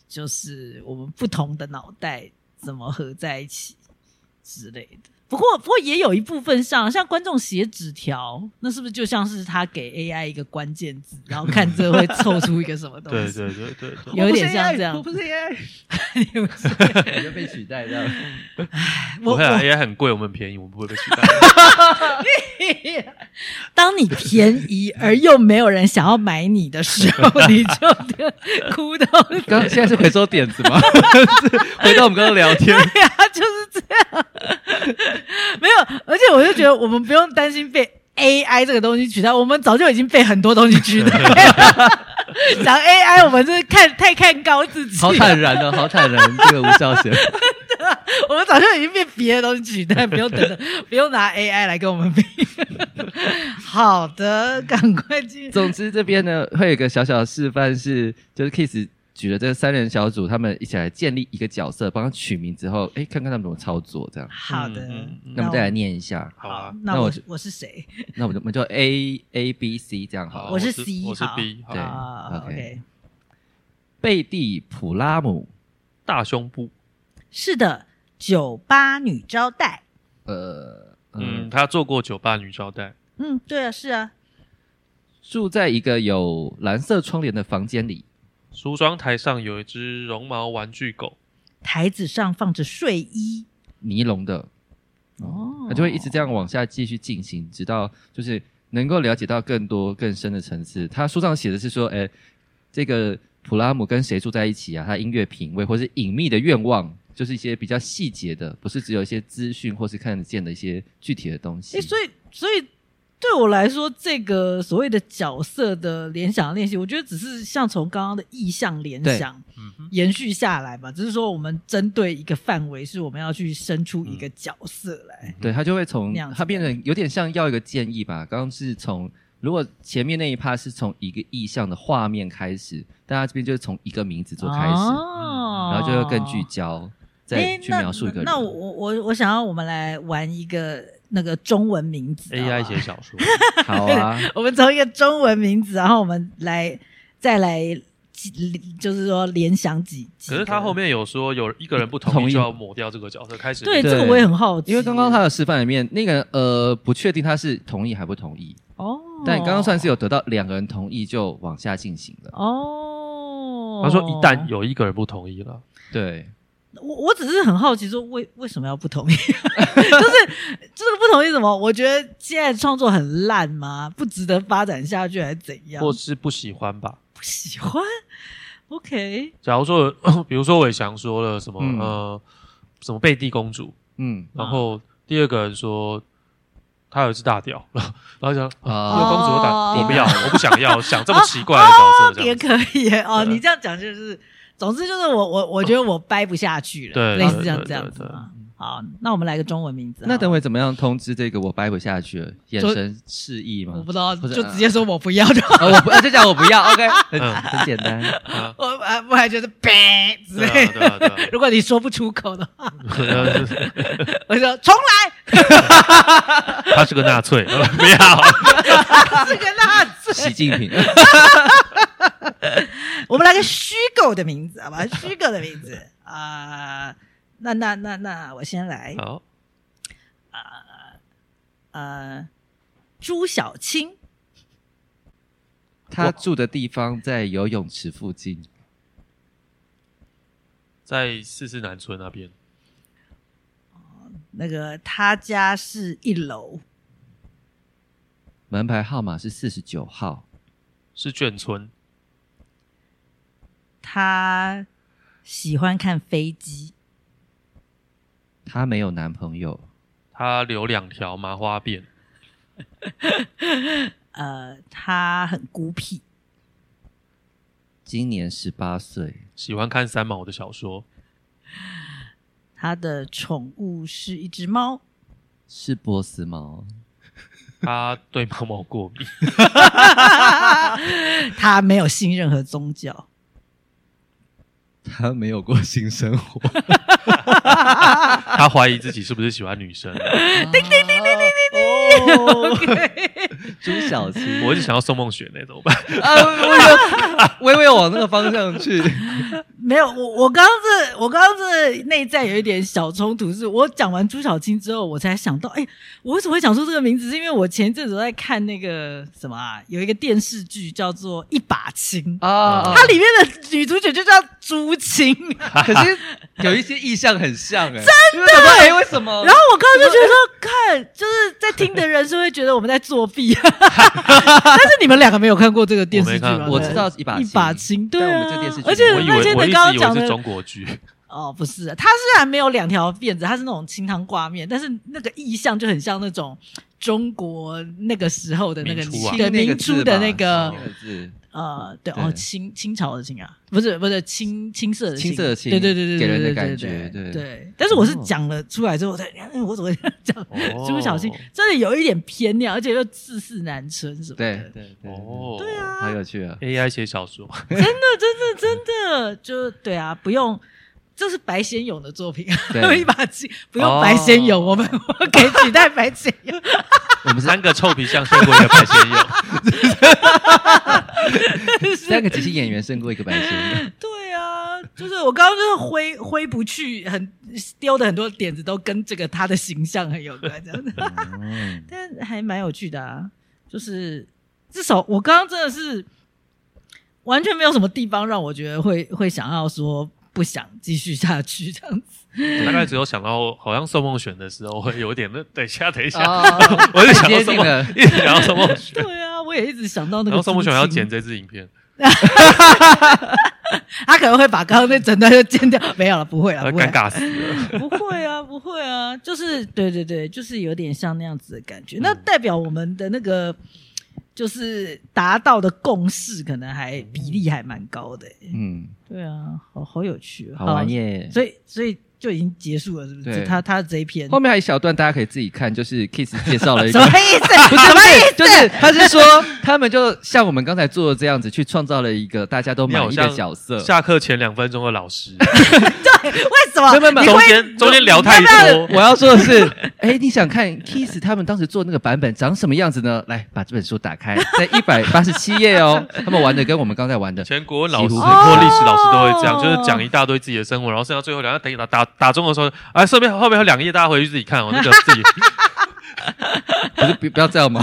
Speaker 1: 就是我们不同的脑袋怎么合在一起之类的。不过，不过也有一部分上，像观众写纸条，那是不是就像是他给 AI 一个关键字，然后看这会凑出一个什么东
Speaker 2: 对
Speaker 1: 西？
Speaker 2: 对对对 对。
Speaker 1: 有点像这样。
Speaker 3: 嗯不是 AI，
Speaker 1: 你们是
Speaker 3: 你就被取代掉了。
Speaker 1: 我
Speaker 2: 不会啊
Speaker 1: 我，
Speaker 2: ，AI 很贵，我们很便宜，我们不会被取 代。
Speaker 1: 当你便宜而又没有人想要买你的时 候，你就 哭到
Speaker 3: 刚现在是回收点子吗？ 回到我们刚刚聊天，
Speaker 1: 对啊，就是这样。没有，而且我就觉得我们不用担心被 AI 这个东西取代，我们早就已经被很多东西取 代了。讲 AI，我们真是看太看高自己
Speaker 3: 好
Speaker 1: 了，
Speaker 3: 坦然哦，好坦然，这个吴孝贤。
Speaker 1: 我们早就已经被别的东西取代，不 用等等，不用拿 AI 来跟我们比。 好的，赶快 进。
Speaker 3: 总之这边呢，会有一个小小的示范是，就是 Kiss 举了这三人小组，他们一起来建立一个角色，帮他取名之后，哎，看看他们怎么操作这样。
Speaker 1: 好的，
Speaker 2: 嗯嗯
Speaker 3: 那我们再来。念一下，
Speaker 2: 好啊，
Speaker 1: 那
Speaker 3: 那
Speaker 1: 我
Speaker 3: 我是
Speaker 1: 我是谁？
Speaker 3: 那我们就我们就 A A B C 这样好
Speaker 2: 好，
Speaker 3: 了。
Speaker 1: 我是
Speaker 2: 是
Speaker 1: C，
Speaker 2: 我是
Speaker 1: 好
Speaker 2: B，好
Speaker 3: 对
Speaker 1: 啊
Speaker 3: OK
Speaker 1: ，OK，
Speaker 3: 贝蒂普拉姆，
Speaker 2: 大胸部。
Speaker 1: 是的，酒吧女招待。
Speaker 3: 呃，
Speaker 2: 嗯，
Speaker 3: 嗯，
Speaker 2: 他做过酒吧女招待，
Speaker 1: 嗯，对啊，是啊，
Speaker 3: 住在一个有蓝色窗帘的房间里，
Speaker 2: 梳妆台上有一只绒毛玩具狗，
Speaker 1: 台子上放着睡衣。
Speaker 3: 尼龙的，
Speaker 1: 哦
Speaker 3: 它就会一直这样往下继续进行，直到就是能够了解到更多更深的层次。他书上写的是说，哎，这个普拉姆跟谁住在一起啊？他音乐品味或是隐秘的愿望，就是一些比较细节的，不是只有一些资讯或是看得见的一些具体的东西。
Speaker 1: 哎、所以所以对我来说，这个所谓的角色的联想练习，我觉得只是像从刚刚的意象联想
Speaker 2: 嗯哼，
Speaker 1: 延续下来嘛，只是说我们针对一个范围，是我们要去生出一
Speaker 3: 嗯
Speaker 1: 个角色来。
Speaker 3: 对他就会从
Speaker 1: 那样子
Speaker 3: 他变成有点像要一个建议吧。刚刚是从如果前面那一趴是从一个意象的画面开始，但他这边就是从一个名字做开始，嗯
Speaker 1: 哦
Speaker 3: 然后就会更聚焦，再
Speaker 1: 诶
Speaker 3: 去描述一个人。
Speaker 1: 那那我我我我想要我们来玩一个那个中文名字好不好
Speaker 2: AI 写小说，
Speaker 3: 好啊，
Speaker 1: 我们从一个中文名字，然后我们来再来几就是说联想几几个。
Speaker 2: 可是他后面有说有一个人不
Speaker 3: 同
Speaker 2: 同
Speaker 3: 意
Speaker 2: 意就要抹掉这个角色，开始
Speaker 1: 对
Speaker 3: 对
Speaker 1: 这个我也很好奇，
Speaker 3: 因为刚刚他的示范里面，那个人呃不确定他是同意还不同意，
Speaker 1: 哦，
Speaker 3: 但刚刚算是有得到两个人同意就往下进行了。
Speaker 1: 哦，
Speaker 2: 他说一旦有一个人不同意了，
Speaker 3: 对，
Speaker 1: 我我只是很好奇，说为为什么要不同意？ 就是这个不同意什么？我觉得现在创作很烂吗？不值得发展下去，还是怎样？
Speaker 2: 或
Speaker 1: 我
Speaker 2: 是不喜欢吧。
Speaker 1: 不喜欢。OK，
Speaker 2: 假如说， 比如说伟翔说了什么、
Speaker 3: 嗯
Speaker 2: 呃，什么贝蒂公主，
Speaker 3: 嗯
Speaker 2: 然后第二个人说他有一只大屌， 然后想啊，这个
Speaker 3: 啊，
Speaker 2: 公主我
Speaker 1: 哦
Speaker 2: 打我不要，我不想 要，想这么奇怪的角色这
Speaker 1: 也
Speaker 2: 样子。
Speaker 1: 可以哦。
Speaker 2: 对
Speaker 1: 你这样讲就是，总之就是我我我觉得我掰不下去了，
Speaker 2: 对
Speaker 1: 类似
Speaker 2: 对
Speaker 1: 这样
Speaker 2: 对
Speaker 1: 这样
Speaker 2: 对
Speaker 1: 子
Speaker 2: 对
Speaker 1: 嘛。好，那我们来个中文名字好了。啊
Speaker 3: 那等会怎么样通知这个我掰不下去了？眼
Speaker 1: 就
Speaker 3: 神示意吗
Speaker 1: 我？不知道，
Speaker 3: 不是
Speaker 1: 就直接说我不要就好。
Speaker 3: 啊，我不，啊 就讲我不要，OK，很
Speaker 2: 嗯
Speaker 3: 很简单。
Speaker 2: 啊
Speaker 1: 我啊， 我还觉得呗之
Speaker 2: 对
Speaker 1: 类
Speaker 2: 啊，对
Speaker 1: 的。
Speaker 2: 啊，对啊
Speaker 1: 如果你说不出口的话，
Speaker 2: 对啊，就是
Speaker 1: 我就说重来。
Speaker 2: 他是个纳粹， 呃不 要。
Speaker 1: 这啊个辣子，
Speaker 3: 习近平，
Speaker 1: 我们来个虚构的名字，好吧？虚构的名字啊、那那那那，我先来，
Speaker 2: 好，
Speaker 1: 呃，朱小青，
Speaker 3: 他住的地方在游泳池附近。
Speaker 2: 在四四南村那边，
Speaker 1: 那个他家是一楼，
Speaker 3: 门牌号码是四十九号，
Speaker 2: 是眷村，
Speaker 1: 他喜欢看飞机，
Speaker 3: 她没有男朋友，
Speaker 2: 他留两条麻花辫，
Speaker 1: 呃，他很孤僻，
Speaker 3: 今年十八岁，
Speaker 2: 喜欢看三毛的小说，
Speaker 1: 他的宠物是一只猫，
Speaker 3: 是波斯猫。
Speaker 2: 他对猫毛过敏，
Speaker 1: 他没有信任何宗教。
Speaker 3: 她没有过性生活。
Speaker 2: 他怀疑自己是不是喜欢 女生。
Speaker 3: 叮叮叮叮叮叮叮。哦，朱小青，
Speaker 2: 我一直想要宋梦雪那种吧，
Speaker 3: 啊，我有微微往那个方向去。
Speaker 1: 没有，我我刚刚是，我刚刚是内在有一点小冲突，是我讲完朱小青之后，我才想到，哎、我为什么会讲出这个名字？是因为我前一阵子在看那个什么啊，有一个电视剧叫做《一把青》，
Speaker 3: 啊，
Speaker 1: 它里面的女主角就叫朱青，
Speaker 3: 可是有一些意象很像哎、真的哎、为什么
Speaker 1: 然？后我刚刚就觉得说，看就是在听的人是会觉得我们在作弊， 但是你们两个没有看过这个电视剧
Speaker 2: 我没
Speaker 1: 吗？
Speaker 2: 看过
Speaker 3: 我知道一把
Speaker 1: 一
Speaker 3: 青
Speaker 1: 把青，对
Speaker 3: 但
Speaker 1: 啊，
Speaker 3: 我们这电视剧
Speaker 1: 而且
Speaker 2: 我以
Speaker 1: 那
Speaker 2: 为
Speaker 1: 天
Speaker 2: 我
Speaker 1: 的
Speaker 2: 一直
Speaker 1: 刚刚
Speaker 2: 以
Speaker 1: 讲
Speaker 2: 为
Speaker 1: 的
Speaker 2: 是中国 剧，
Speaker 1: 哦，不是，他虽然没有两条辫子，他是那种清汤挂面，但是那个意象就很像那种中国那个时候的那个
Speaker 2: 民初啊
Speaker 1: 对民初的那个
Speaker 3: 那个字，
Speaker 1: 呃，对
Speaker 3: 对
Speaker 1: 哦，清清朝的清啊，不是不是清青色的
Speaker 3: 青色的青
Speaker 1: 对对对对，
Speaker 3: 给
Speaker 1: 对
Speaker 3: 人的
Speaker 1: 对
Speaker 3: 感
Speaker 1: 对
Speaker 3: 觉对
Speaker 1: 对对。但是我是
Speaker 3: 哦
Speaker 1: 讲了出来之后，我才嗯我怎么会这样讲？
Speaker 2: 哦
Speaker 1: 是不小心真的有一点偏念，而且又字字难称什么的。
Speaker 3: 对对对，
Speaker 2: 哦，
Speaker 1: 对啊，
Speaker 3: 好有趣啊！
Speaker 2: AI 写小 说，
Speaker 1: 真的真的真的就对啊，不用。这是白先勇的作品，
Speaker 3: 对
Speaker 1: 一把青，不用白先勇，
Speaker 2: 哦
Speaker 1: 我们 我可以取代白先勇。
Speaker 3: 我们是
Speaker 2: 三个臭皮匠胜过一个白先勇，
Speaker 3: 三个即兴演员胜过一个白 痴。
Speaker 1: 对啊，就是我刚刚就是挥挥不去，很丢的很多点子都跟这个他的形象很有关，这样子，
Speaker 3: 嗯，
Speaker 1: 但还蛮有趣的啊。就是至少我刚刚真的是完全没有什么地方让我觉得会 会想要说不想继续下去这样子。
Speaker 2: 我大概只有想到好像宋梦璇的时候会有点那，等一下等一下，
Speaker 3: 哦，
Speaker 2: 我就想到
Speaker 3: 接
Speaker 2: 宋
Speaker 3: 近
Speaker 2: 梦
Speaker 3: 了，
Speaker 2: 一直想到宋梦璇，
Speaker 1: 对啊，我也一直想到那个。
Speaker 2: 然后宋梦璇要剪，这支影片，
Speaker 1: 他可能会把刚刚那整段就剪掉。没有了，不会了，
Speaker 2: 呃
Speaker 1: 不会
Speaker 2: 尴
Speaker 1: 啦。
Speaker 2: 尬死了。
Speaker 1: 不会啊，不会啊，就是对对对，就是有点像那样子的感觉。那代表我们的那个就是达到的共识，可能还比例还蛮高的欸、
Speaker 3: 嗯，
Speaker 1: 对啊，好好有趣哦，
Speaker 3: 好玩耶！
Speaker 1: 所以所以就已经结束了，是不
Speaker 3: 对
Speaker 1: 是？他他这一篇
Speaker 3: 后面还有一小段，大家可以自己看，就是 Kiss 介绍了一
Speaker 1: 什
Speaker 3: 个
Speaker 1: 么 意思？
Speaker 3: 不是不是，就是他是说，他们就像我们刚才做的这样子，去创造了一个大家都满意
Speaker 2: 你好
Speaker 3: 的
Speaker 2: 像
Speaker 3: 角色。
Speaker 2: 下课前两分钟的老师，
Speaker 1: 怪，为什么？
Speaker 3: 根本把
Speaker 1: 你
Speaker 2: 中
Speaker 1: 会
Speaker 2: 间中间聊太
Speaker 3: 我
Speaker 2: 多，
Speaker 3: 要说的 是，哎，你想看 Kiss 他们当时做那个版本长什么样子呢？来，把这本书打开，在一百八十七页哦。他们玩的跟我们刚才玩的，
Speaker 2: 前国文老师
Speaker 3: 几乎是
Speaker 2: 或历史老师都会这样，
Speaker 1: 哦
Speaker 2: 就是讲一大堆自己的生活，然后剩到最后两页打打打中的时候，哎，顺便后面还有两页，大家回去自己看 哦，那个自己
Speaker 3: 不是不不要这 样嘛，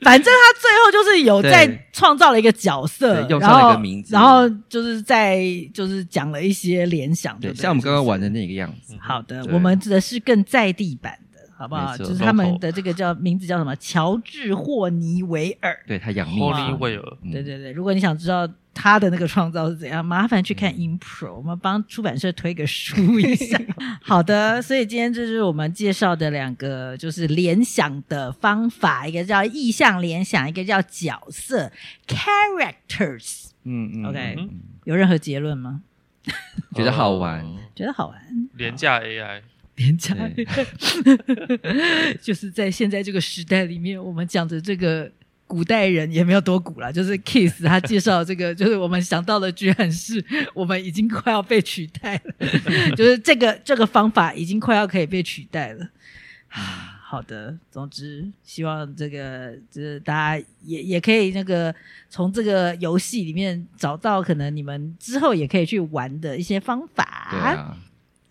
Speaker 1: 反正他最后就是有在
Speaker 3: 对
Speaker 1: 创造了一个角色，
Speaker 3: 对用
Speaker 1: 然
Speaker 3: 上了一
Speaker 1: 后
Speaker 3: 个名字
Speaker 1: 然后就是在就是讲了一些联想，
Speaker 3: 对，
Speaker 1: 对不对，
Speaker 3: 像我们刚刚玩的
Speaker 1: 就是
Speaker 3: 那个样子。
Speaker 1: 好的，
Speaker 3: 对
Speaker 1: 我们指的是更在地版的，好不好？
Speaker 3: 没错
Speaker 1: 就是他们
Speaker 2: local
Speaker 1: 的这个叫名字叫什么？乔治霍尼韦尔。
Speaker 3: 对他养命
Speaker 2: 霍
Speaker 3: 嘛
Speaker 2: 利威尔。
Speaker 3: 嗯
Speaker 1: 对对对，如果你想知道他的那个创造是怎样，麻烦去看 Impro，、我们帮出版社推个书一下。好的，所以今天这是我们介绍的两个就是联想的方法，一个叫意象联想，一个叫角色 characters。
Speaker 3: 嗯嗯
Speaker 1: OK
Speaker 3: 嗯
Speaker 1: 有任何结论吗？
Speaker 3: 觉得好玩
Speaker 2: 哦
Speaker 1: 觉得好玩，
Speaker 2: 廉价 AI，
Speaker 1: 廉价
Speaker 3: 对，
Speaker 1: 就是在现在这个时代里面，我们讲的这个古代人也没有多古啦，就是 Kiss 他介绍这个，就是我们想到的居然是 我们已经快要被取代了， 就是这个这个方法已经快要可以被取代了。啊好的，总之希望这个就是大家也也可以那个从这个游戏里面找到可能你们之后也可以去玩的一些方法。
Speaker 3: 对啊。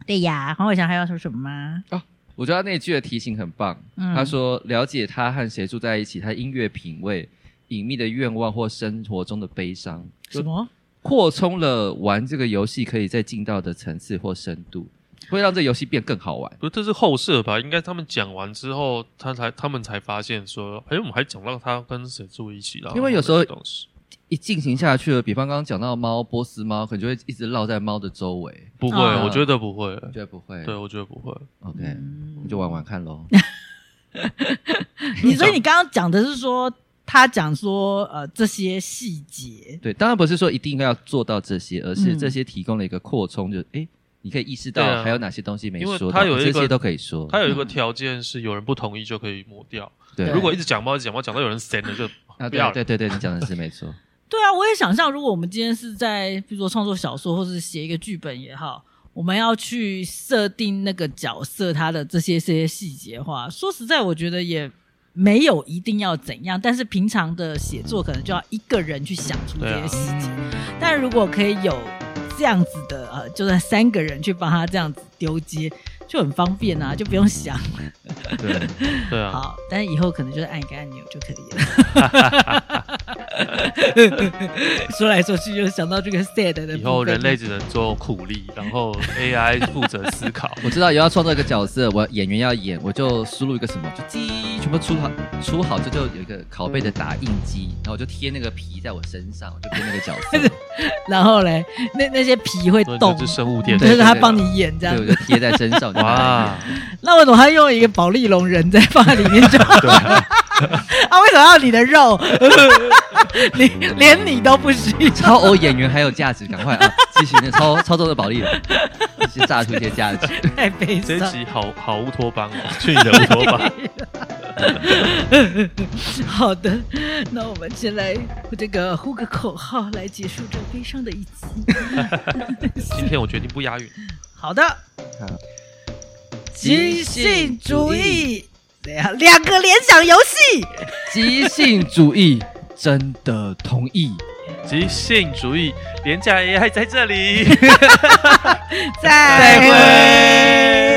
Speaker 1: 对呀，黄伟翔还要说什么吗？
Speaker 3: 我觉得他那句的提醒很棒。
Speaker 1: 嗯
Speaker 3: 他说：“了解他和谁住在一起，他音乐品味、隐秘的愿望或生活中的悲伤，
Speaker 1: 什么？
Speaker 3: 扩充了玩这个游戏可以再进到的层次或深度，会让这游戏变更好玩。
Speaker 2: 不是这是后设吧？应该他们讲完之后，他才他们才发现说，哎，我们还讲到他跟谁住一起了。
Speaker 3: 因为有时候
Speaker 2: 那种东西
Speaker 3: 一进行下去了，比方刚刚讲到猫波斯猫，可能就会一直绕在猫的周围，
Speaker 2: 不会，
Speaker 1: 啊
Speaker 2: 我觉得不会。
Speaker 3: 绝不会。
Speaker 2: 对，我觉得不会。
Speaker 3: ，OK，、
Speaker 1: 嗯
Speaker 3: 我们就玩玩看喽。
Speaker 1: 嗯你所以你刚刚讲的是说，他讲说呃这些细节，
Speaker 3: 对，当然不是说一定要做到这些，而是
Speaker 1: 嗯
Speaker 3: 这些提供了一个扩充，就是诶，你可以意识
Speaker 2: 对
Speaker 3: 到
Speaker 2: 啊
Speaker 3: 还有哪些东西没
Speaker 2: 因为
Speaker 3: 说
Speaker 2: 它
Speaker 3: 到，
Speaker 2: 有一
Speaker 3: 这些
Speaker 2: 个
Speaker 3: 都可以说。
Speaker 2: 它有一个条件是，有人不同意就可以抹掉。
Speaker 3: 对，
Speaker 2: 如果一直讲猫，一直讲猫，讲到有人闲了就
Speaker 3: 啊，
Speaker 2: 不
Speaker 3: 对
Speaker 2: 要了
Speaker 3: 对对对，你讲的是没 错。
Speaker 1: 对啊，我也想象，如果我们今天是在比如说创作小说，或是写一个剧本也好，我们要去设定那个角色他的这些这些细节的话，说实在，我觉得也没有一定要怎样，但是平常的写作可能就要一个人去想出这
Speaker 2: 对
Speaker 1: 些
Speaker 2: 啊
Speaker 1: 细节，但如果可以有这样子的呃，就算三个人去帮他这样子丢接，就很方便啊，就不用想。
Speaker 3: 对，
Speaker 2: 对啊，
Speaker 1: 好，但是以后可能就是按一个按钮就可以 了。说来说去就想到这个 sad 的部分
Speaker 2: 以后人类只能做苦力，然后 AI 负责思考。
Speaker 3: 我知道也要创造一个角色，我演员要演，我就输入一个什么，就鸡，全部出好，出好这就有一个拷贝的打印机，然后我就贴那个皮在我身上，我就变那个角色，
Speaker 1: 然后嘞，那那些皮会
Speaker 2: 那
Speaker 1: 动
Speaker 2: 就，是生物电
Speaker 1: 就
Speaker 3: 对
Speaker 1: 是
Speaker 2: 池。
Speaker 1: 他帮你演 这样
Speaker 3: 对，。我就贴在身上。我就打
Speaker 2: 哇
Speaker 3: 印，
Speaker 1: 那为什么他用一个保利龙人在放在里面就 好？啊，为什么要你的肉？ 你连你都不需要。
Speaker 3: 超偶演员还有价值，赶快啊！继续那超超重的保利 龙，是炸出一些价值。
Speaker 1: 太悲
Speaker 2: 这
Speaker 1: 伤
Speaker 2: 一。集好好乌托邦哦，去你的乌托邦。
Speaker 1: 好的，那我们先来这个呼个口号来结束这悲伤的一集。
Speaker 2: 今天我决定不押韵。
Speaker 1: 好的，即兴主义，对呀，两个联想游戏，
Speaker 3: 即兴主义真的同意，
Speaker 2: 即兴主义，廉价 AI 在这里。
Speaker 1: 再
Speaker 2: 再会。